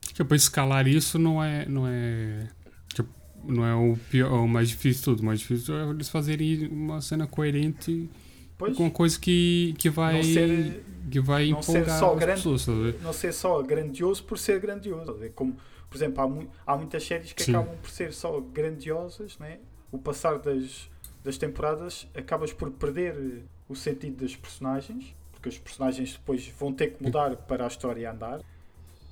Speaker 4: Tipo, escalar isso não é. Não é, tipo, não é o, pior, o mais difícil de tudo. O mais difícil é eles fazerem uma cena coerente
Speaker 3: Pois,
Speaker 4: com uma coisa que, que vai.
Speaker 3: não ser,
Speaker 4: que vai
Speaker 3: não ser
Speaker 4: empolgar
Speaker 3: só
Speaker 4: as
Speaker 3: grande.
Speaker 4: pessoas, tá sabe?
Speaker 3: não ser só grandioso por ser grandioso. É Como, por exemplo, há, mu- há muitas séries que
Speaker 4: Sim.
Speaker 3: acabam por ser só grandiosas, né? o passar das, das temporadas acabas por perder eh, o sentido das personagens, porque os personagens depois vão ter que mudar para a história andar.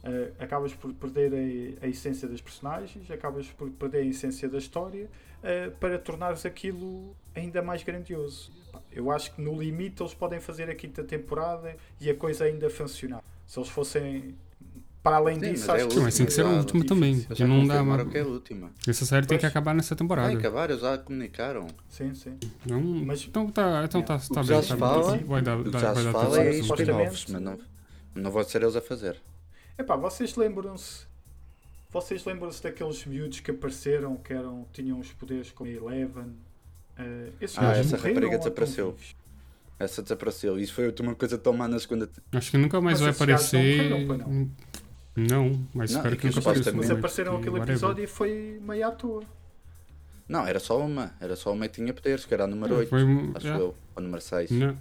Speaker 3: Eh, acabas por perder a, a essência das personagens, acabas por perder a essência da história eh, para tornares aquilo ainda mais grandioso. Pá, Eu acho que no limite eles podem fazer a quinta temporada e a coisa ainda funcionar. Se eles fossem para além
Speaker 2: Sim,
Speaker 3: disso,
Speaker 2: mas é
Speaker 3: acho
Speaker 2: o
Speaker 3: que
Speaker 4: Sim, mas tem que ser a
Speaker 2: Claro.
Speaker 4: última também.
Speaker 2: Eles
Speaker 4: Que
Speaker 2: já
Speaker 4: não dá
Speaker 2: confirmaram
Speaker 4: uma-
Speaker 2: que é a última.
Speaker 4: Essa série tem que
Speaker 3: Pois.
Speaker 4: acabar nessa temporada.
Speaker 2: Vai acabar, eles já comunicaram.
Speaker 3: Sim, sim.
Speaker 4: Então,
Speaker 3: Mas-
Speaker 4: então tá, então tá,
Speaker 2: que
Speaker 4: tá
Speaker 2: já
Speaker 4: bem.
Speaker 2: se
Speaker 4: tá bem.
Speaker 2: fala-
Speaker 3: é
Speaker 4: vai dar,
Speaker 2: O que
Speaker 4: dá-
Speaker 2: já
Speaker 4: vai
Speaker 2: se
Speaker 4: dar
Speaker 2: fala
Speaker 4: tudo
Speaker 2: é
Speaker 3: tempo,
Speaker 4: certo.
Speaker 3: supostamente.
Speaker 2: spin-offs, mas não, não vão ser eles a fazer.
Speaker 3: Epá, vocês lembram-se. Vocês lembram-se daqueles miúdos que apareceram que eram, tinham os poderes como a Eleven? Eh, esses
Speaker 2: Ah,
Speaker 3: miúdos
Speaker 2: essa
Speaker 3: morreram
Speaker 2: rapariga
Speaker 3: ou estão
Speaker 2: desapareceu.
Speaker 3: vivos?
Speaker 2: Essa desapareceu. Isso foi a última coisa tão má na segunda.
Speaker 4: Acho que nunca mais
Speaker 3: Mas
Speaker 4: vai
Speaker 3: esses gajos não
Speaker 4: aparecer.
Speaker 3: morreram, pois não?
Speaker 4: Não, mas
Speaker 2: Não,
Speaker 4: espero
Speaker 2: é
Speaker 4: que
Speaker 2: que
Speaker 4: nunca
Speaker 2: supostamente-
Speaker 4: apareça.
Speaker 3: Mas
Speaker 4: né?
Speaker 3: apareceram
Speaker 4: Porque
Speaker 3: aquele
Speaker 4: whatever.
Speaker 3: episódio e foi meio à toa.
Speaker 2: Não, era só uma. Era só uma que tinha poderes, que era a número 8.
Speaker 4: Foi um-
Speaker 2: Acho
Speaker 4: é.
Speaker 2: eu. Ou número 6.
Speaker 4: Não.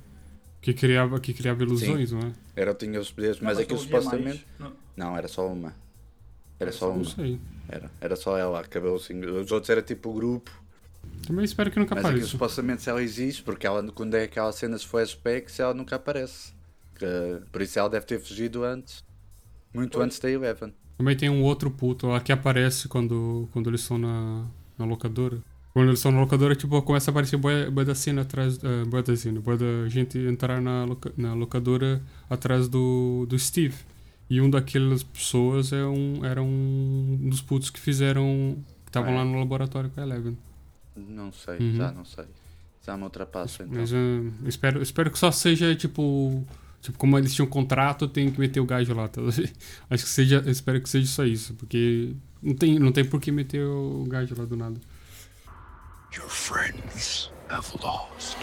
Speaker 4: Que criava, que criava ilusões, não é?
Speaker 2: Era tinha os poderes,
Speaker 3: Não,
Speaker 2: mas aquilo
Speaker 3: não havia mais.
Speaker 2: supostamente.
Speaker 3: Não-
Speaker 2: Não, era só uma. Era só
Speaker 4: Não
Speaker 2: uma.
Speaker 4: sei.
Speaker 2: Era, era só ela, acabou assim. Os outros era tipo o grupo.
Speaker 4: Também espero é que nunca
Speaker 2: Mas aquilo
Speaker 4: apareça.
Speaker 2: supostamente se ela existe, porque ela, quando é aquela cena de flashbacks, ela nunca aparece. Que- por isso ela deve ter fugido antes. Muito
Speaker 3: Pois.
Speaker 2: antes da Eleven.
Speaker 4: Também tem um outro puto lá que aparece quando, quando eles estão na, na locadora. Quando eles estão na locadora, tipo, começa a aparecer boia, boia da cena atrás. eh, boia da cena, boia da gente entrar na, loca- na locadora atrás do, do Steve. E um daquelas pessoas é um, era um dos putos que fizeram. que estavam lá no laboratório com a Eleven.
Speaker 2: Não sei,
Speaker 4: Uhum.
Speaker 2: já não sei. Já me ultrapasso então.
Speaker 4: Mas ah, eu espero, espero que só seja tipo. Tipo, como eles tinham contrato, tem que meter o gajo lá. tá? Acho que seja. eu Espero que seja só isso, porque não tem, não tem por que meter o gajo lá do nada.
Speaker 5: Your friends have lost.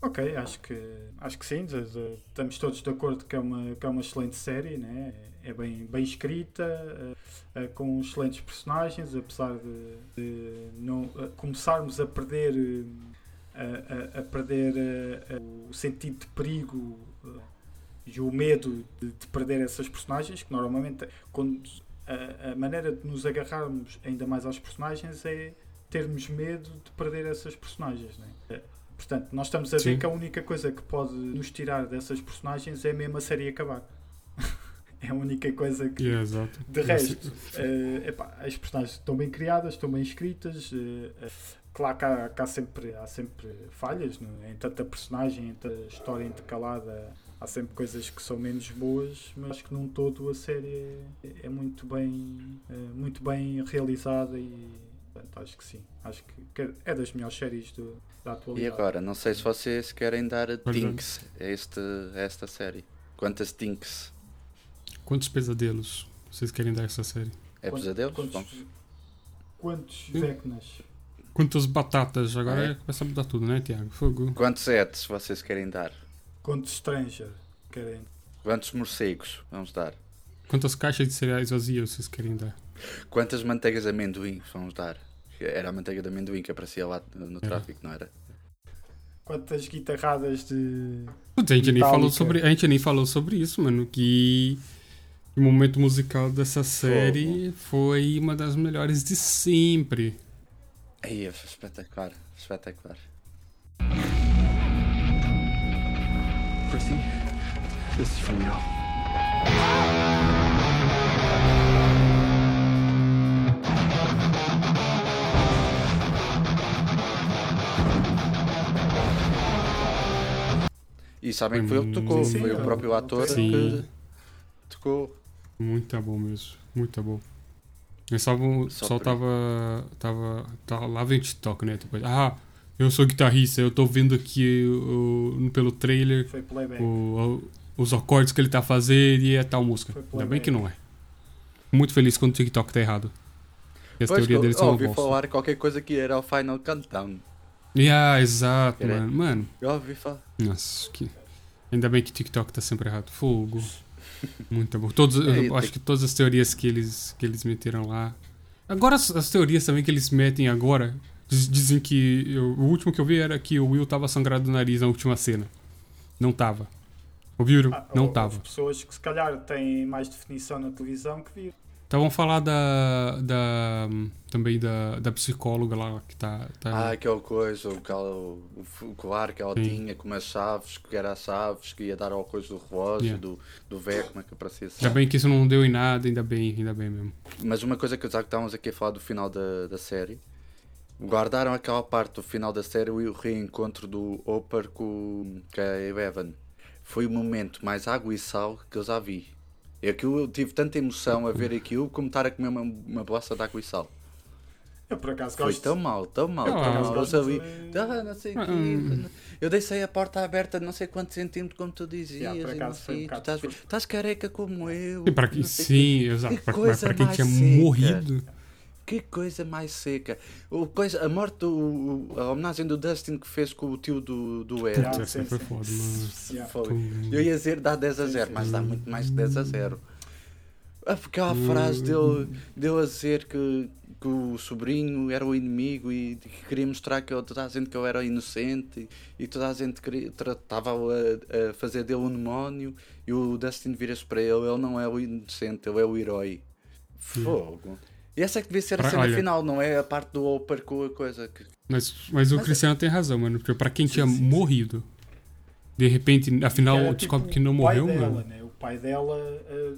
Speaker 3: Ok, acho que, acho que sim. de- de- estamos todos de acordo que é uma, que é uma excelente série, né? é bem, bem escrita, eh, eh, com excelentes personagens, apesar de, de não, eh, começarmos a perder, eh, a, a- a perder eh, eh, o sentido de perigo eh, e o medo de, de perder essas personagens, que normalmente quando, a, a maneira de nos agarrarmos ainda mais aos personagens é termos medo de perder essas personagens. Né? Eh, Portanto, nós estamos a ver
Speaker 4: Sim.
Speaker 3: que a única coisa que pode nos tirar dessas personagens é mesmo a série acabar. é a única coisa que.
Speaker 4: Yeah, É, exato.
Speaker 3: De resto, eh, epá, as personagens estão bem criadas, estão bem escritas. eh, eh, claro que, há, que há sempre, há sempre falhas não é? em tanta personagem, em tanta história intercalada. Há sempre coisas que são menos boas, mas acho que num todo a série é, é muito, bem, eh, muito bem realizada e portanto, acho que sim. Acho que- que é das melhores séries do- da
Speaker 2: E
Speaker 3: atualidade.
Speaker 2: agora, não sei se vocês querem dar tinks a, este, a esta série. Quantas tinks?
Speaker 4: Quantos pesadelos vocês querem dar a essa série?
Speaker 2: É
Speaker 3: Quantos-
Speaker 2: pesadelo? Bom,
Speaker 3: Quantos, quantos
Speaker 4: Eu-
Speaker 3: Vecnas?
Speaker 4: Quantas batatas? Agora
Speaker 2: É.
Speaker 4: começa a mudar tudo, né, Tiago? Fogo.
Speaker 2: Quantos ads vocês querem dar?
Speaker 3: Quantos Stranger? Querem?
Speaker 2: Quantos morcegos vamos dar?
Speaker 4: Quantas caixas de cereais vazias vocês querem dar?
Speaker 2: Quantas manteigas de amendoim vamos dar? Era a manteiga de amendoim que aparecia lá no
Speaker 4: Era.
Speaker 2: tráfico, não era?
Speaker 3: Quantas guitarradas de.
Speaker 4: Putz, a gente, nem falou
Speaker 3: Metallica.
Speaker 4: sobre, a gente nem falou sobre isso, mano. Que o momento musical dessa série foi uma das melhores de sempre.
Speaker 2: Aí, é espetacular, espetacular.
Speaker 5: Chrissy, this is from you.
Speaker 2: E sabem que foi ele que
Speaker 4: Hum,
Speaker 2: tocou,
Speaker 4: sim,
Speaker 2: foi
Speaker 3: sim,
Speaker 2: o próprio
Speaker 3: eu-
Speaker 2: ator
Speaker 4: Sim.
Speaker 2: que tocou.
Speaker 4: Muito tá bom mesmo, muito tá bom. Eu só, vou-
Speaker 2: Só
Speaker 4: só
Speaker 2: por-
Speaker 4: tava, tava, tava lá vendo TikTok, né? Tipo, ah, eu sou guitarrista, eu tô vendo aqui o- o- pelo trailer
Speaker 3: Foi playback.
Speaker 4: o- o- os acordes que ele tá fazendo e é tal música.
Speaker 3: Foi
Speaker 4: Ainda bem
Speaker 3: playback.
Speaker 4: que não é. Muito feliz quando o TikTok tá errado. E as
Speaker 2: Pois,
Speaker 4: teorias
Speaker 2: eu-
Speaker 4: deles
Speaker 2: eu
Speaker 4: são uma
Speaker 2: ouvi
Speaker 4: bosta.
Speaker 2: falar qualquer coisa que era o Final Countdown.
Speaker 4: Yeah, ah, exato,
Speaker 2: Era-
Speaker 4: mano. Mano,
Speaker 2: Eu ouvi falar.
Speaker 4: Nossa, que... ainda bem que o TikTok tá sempre errado. Fogo. Muito bom. Todos,
Speaker 2: É,
Speaker 4: eu
Speaker 2: tem-
Speaker 4: acho que todas as teorias que eles, que eles meteram lá. Agora, as, as teorias também que eles metem agora. diz- dizem que. eu- o último que eu vi era que o Will tava sangrado do nariz na última cena. Não tava. Ouviram?
Speaker 3: Ah,
Speaker 4: Não
Speaker 3: houve
Speaker 4: tava.
Speaker 3: pessoas que se calhar têm mais definição na televisão que viram.
Speaker 4: Então vamos falar da. da também da, da psicóloga lá que tá. tá
Speaker 2: Ah, aquela coisa, o, cal, o, f- o colar que ela
Speaker 4: Sim.
Speaker 2: tinha, com as chaves, que era as chaves, que ia dar ao coisa do relógio,
Speaker 4: Yeah.
Speaker 2: do, do Vecma, que aparecia assim.
Speaker 4: Ainda bem que isso não deu em nada, ainda bem, ainda bem mesmo.
Speaker 2: Mas uma coisa que já que estávamos aqui a falar do final da, da série, guardaram aquela parte do final da série e o reencontro do Hopper com, com a Eleven. Foi o momento mais água e sal que eu já vi. E Aquilo eu tive tanta emoção a ver aquilo como estar a comer uma, uma bosta de água e sal.
Speaker 3: Eu por acaso
Speaker 2: Foi
Speaker 3: gosto.
Speaker 2: tão mal, tão mal,
Speaker 4: Ah,
Speaker 2: tão mal.
Speaker 3: mas
Speaker 2: Eu ali,
Speaker 3: gosto
Speaker 2: ah, não sei o quê,
Speaker 4: Hum.
Speaker 2: Eu deixei a porta aberta de não sei quantos centímetros, como tu dizias.
Speaker 3: Yeah, por
Speaker 2: e
Speaker 3: acaso
Speaker 2: não
Speaker 3: foi um
Speaker 2: sei, tu
Speaker 3: bocado
Speaker 2: estás,
Speaker 3: justo.
Speaker 2: estás careca como eu.
Speaker 4: E pra
Speaker 2: não
Speaker 4: quem,
Speaker 2: sei o quê.
Speaker 4: sim, exato.
Speaker 2: Que
Speaker 4: pra- Mas
Speaker 2: coisa
Speaker 4: pra quem
Speaker 2: mais
Speaker 4: tinha
Speaker 2: seca.
Speaker 4: morrido.
Speaker 2: Que coisa mais seca. O coisa, a morte, do, o- a homenagem do Dustin que fez com o tio do, do Ed.
Speaker 4: Putz,
Speaker 3: sim,
Speaker 4: essa foi
Speaker 3: sim.
Speaker 4: foda, mano.
Speaker 3: Yeah.
Speaker 2: Foi.
Speaker 4: Hum.
Speaker 2: Eu ia dizer dá 10 a 0, mas dá muito mais que 10 a 0. Ah, Porque
Speaker 4: Hum.
Speaker 2: há a frase deu, deu a dizer que, que o sobrinho era o inimigo e que queria mostrar que eu- toda a gente que eu era inocente e toda a gente queria- tratava a, a fazer dele um demónio e o Dustin vira-se para ele, ele não é o inocente, ele é o herói. Fogo. E essa é que devia ser a
Speaker 4: Hum. Pra-
Speaker 2: cena
Speaker 4: olha.
Speaker 2: final, não é a parte do Hopper com a coisa que
Speaker 4: Mas, mas o
Speaker 3: é-
Speaker 2: Mas-
Speaker 4: Cristiano tem razão, mano. Porque pra quem
Speaker 2: Sim,
Speaker 4: tinha
Speaker 2: sim, sim.
Speaker 4: morrido, de repente, afinal,
Speaker 3: Era
Speaker 4: descobre
Speaker 3: tipo
Speaker 4: que não
Speaker 3: o pai
Speaker 4: morreu,
Speaker 3: dela,
Speaker 4: mano.
Speaker 3: Né? O pai dela, eh,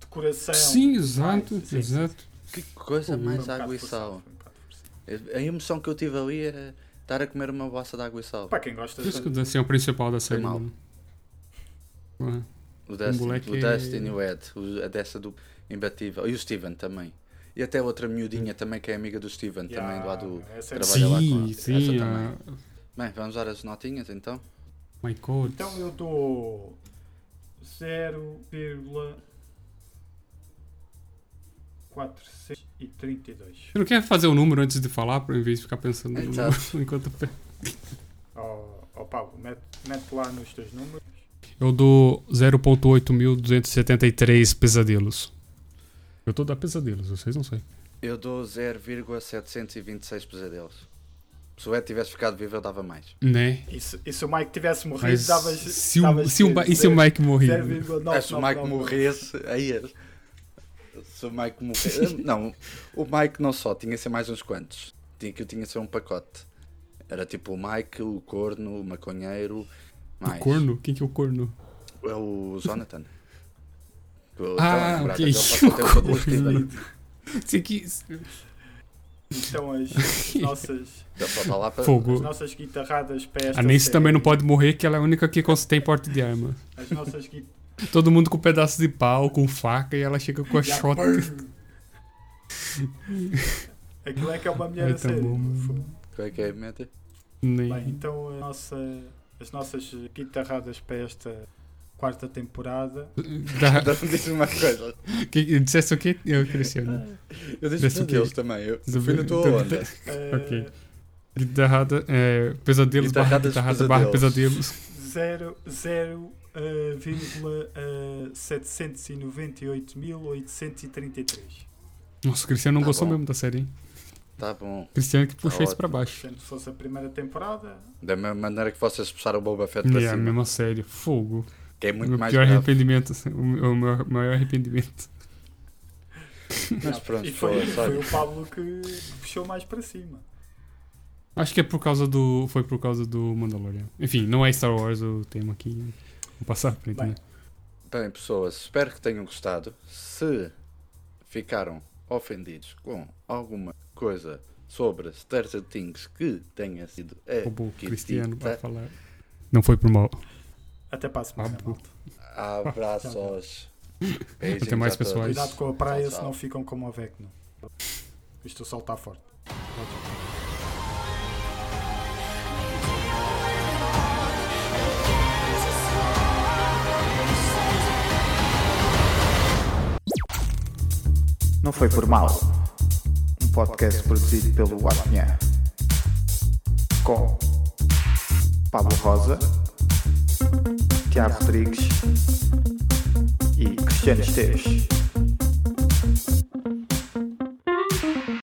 Speaker 3: de coração.
Speaker 4: Sim, exato,
Speaker 3: Ai, sim, sim.
Speaker 4: exato.
Speaker 2: Que coisa
Speaker 3: Foi um
Speaker 2: mais
Speaker 3: bocado
Speaker 2: água e
Speaker 3: tá forçado,
Speaker 2: sal.
Speaker 3: foi um bocado forçado.
Speaker 2: A emoção que eu tive ali era estar a comer uma bossa de água e sal.
Speaker 3: Para quem gosta
Speaker 4: Por isso que
Speaker 3: de...
Speaker 4: o Dustin é o principal da série.
Speaker 2: mal.
Speaker 4: mano. Ué.
Speaker 2: O Dustin,
Speaker 4: moleque-
Speaker 2: o Dustin e o Ed, o- a dessa do imbatível. E o Steven também. E até outra miudinha também que é amiga do Steven,
Speaker 3: Yeah,
Speaker 2: também lá do.
Speaker 3: essa é-
Speaker 2: trabalha lá com
Speaker 4: Sim,
Speaker 2: ela.
Speaker 4: sim.
Speaker 2: Essa também.
Speaker 4: a-
Speaker 2: Bem, vamos dar as notinhas então.
Speaker 4: My God.
Speaker 3: Então eu dou 0,46 e 32.
Speaker 4: Você não quer fazer o número antes de falar, pra- em vez de ficar pensando no
Speaker 2: Exato.
Speaker 4: número enquanto eu pe-
Speaker 3: Ó oh, Paulo, mete, mete lá nos teus números.
Speaker 4: Eu dou 0.8273 pesadelos. Eu tô dando pesadelos, vocês não sabem.
Speaker 2: Eu dou 0,726 pesadelos. Se o Ed tivesse ficado vivo, eu dava mais.
Speaker 4: Né?
Speaker 3: E se, e se o Mike tivesse morrido,
Speaker 4: Mas
Speaker 3: davas.
Speaker 4: se o, se o, Ba- e se o Mike morrer?
Speaker 2: Ah, se o Mike morresse, aí era. Se o Mike morresse. não, o Mike não só, tinha que ser mais uns quantos. Tinha que tinha que ser um pacote. Era tipo o Mike, o corno, o maconheiro. Mais.
Speaker 4: O corno? Quem que é o corno?
Speaker 2: É o Jonathan. Que eu
Speaker 4: Ah,
Speaker 2: tava a lembrar,
Speaker 4: ok.
Speaker 2: até o pacote é o todo vestido.
Speaker 4: Esse aqui-
Speaker 3: Então as, as nossas,
Speaker 2: Dá pra falar pra-
Speaker 3: as
Speaker 4: Fogo.
Speaker 3: nossas guitarradas para esta
Speaker 4: A Nancy
Speaker 3: série-
Speaker 4: Ah, também não pode morrer, que ela é a única que cons- tem porte de arma.
Speaker 3: As nossas guitarras.
Speaker 4: Todo mundo com um pedaço de pau, com faca, e ela chega com a shot.
Speaker 3: Aquilo é que é uma mulher
Speaker 4: Ai,
Speaker 3: a
Speaker 4: tá
Speaker 3: sério.
Speaker 4: bom,
Speaker 3: no
Speaker 4: mano.
Speaker 3: fundo.
Speaker 2: Qual é que é, Mete?
Speaker 3: Bem,
Speaker 4: Nem.
Speaker 3: então a nossa, as nossas guitarradas para esta quarta temporada.
Speaker 4: Da-
Speaker 2: Diz-me uma coisa.
Speaker 4: que- dissesse o quê? Eu cresci, né?
Speaker 2: Eu disse
Speaker 4: Desse o
Speaker 2: para
Speaker 4: quê?
Speaker 2: Deus também. Eu
Speaker 3: É.
Speaker 4: Do-
Speaker 2: fui na tua
Speaker 4: do-
Speaker 2: onda.
Speaker 3: eh,
Speaker 4: Ok. Guitarrada, é, pesadelos, barra
Speaker 2: Guitarradas,
Speaker 4: guitarrada, barra
Speaker 2: pesadelos.
Speaker 4: pesadelos.
Speaker 3: zero- zero, eh, vírgula, eh, 798.833.
Speaker 4: Nossa, o Cristiano não
Speaker 2: Tá
Speaker 4: gostou
Speaker 2: bom.
Speaker 4: mesmo da série, hein?
Speaker 2: Tá bom.
Speaker 4: Cristiano que puxou isso
Speaker 2: ótimo.
Speaker 4: pra baixo.
Speaker 3: Portanto, se fosse a primeira temporada,
Speaker 2: Da mesma maneira que vocês puxaram o Boba Fett para
Speaker 4: É,
Speaker 2: Tá
Speaker 4: a
Speaker 2: cima.
Speaker 4: mesma série. Fogo.
Speaker 2: Que é
Speaker 4: O
Speaker 2: muito
Speaker 4: meu
Speaker 2: mais
Speaker 4: pior
Speaker 2: grave.
Speaker 4: arrependimento. assim, O meu o meu maior arrependimento.
Speaker 2: Mas pronto,
Speaker 3: e
Speaker 2: foi,
Speaker 3: foi, foi
Speaker 2: sabe?
Speaker 3: o Pablo que puxou mais para cima.
Speaker 4: Acho que é por causa do. Foi por causa do Mandalorian. Enfim, não é Star Wars o tema aqui. Vou passar à frente,
Speaker 3: Bem.
Speaker 4: né?
Speaker 2: Bem, pessoas, espero que tenham gostado. Se ficaram ofendidos com alguma coisa sobre Stranger Things que tenha sido
Speaker 4: Roubou o
Speaker 2: aqui
Speaker 4: Cristiano pra
Speaker 2: dita,
Speaker 4: falar. Não foi por mal.
Speaker 3: Até para a semana.
Speaker 4: Pablo.
Speaker 3: malta.
Speaker 2: abraços.
Speaker 4: Até mais,
Speaker 2: Beijinhos a todos.
Speaker 4: pessoal.
Speaker 3: Cuidado com a praia,
Speaker 2: Tchau, tchau.
Speaker 3: senão ficam como a Vecna. Isto o sol está forte.
Speaker 1: Não foi por mal. Um podcast produzido pelo Apnha. Com Pablo Rosa, Tiago Rodrigues e Cristiano Esteves.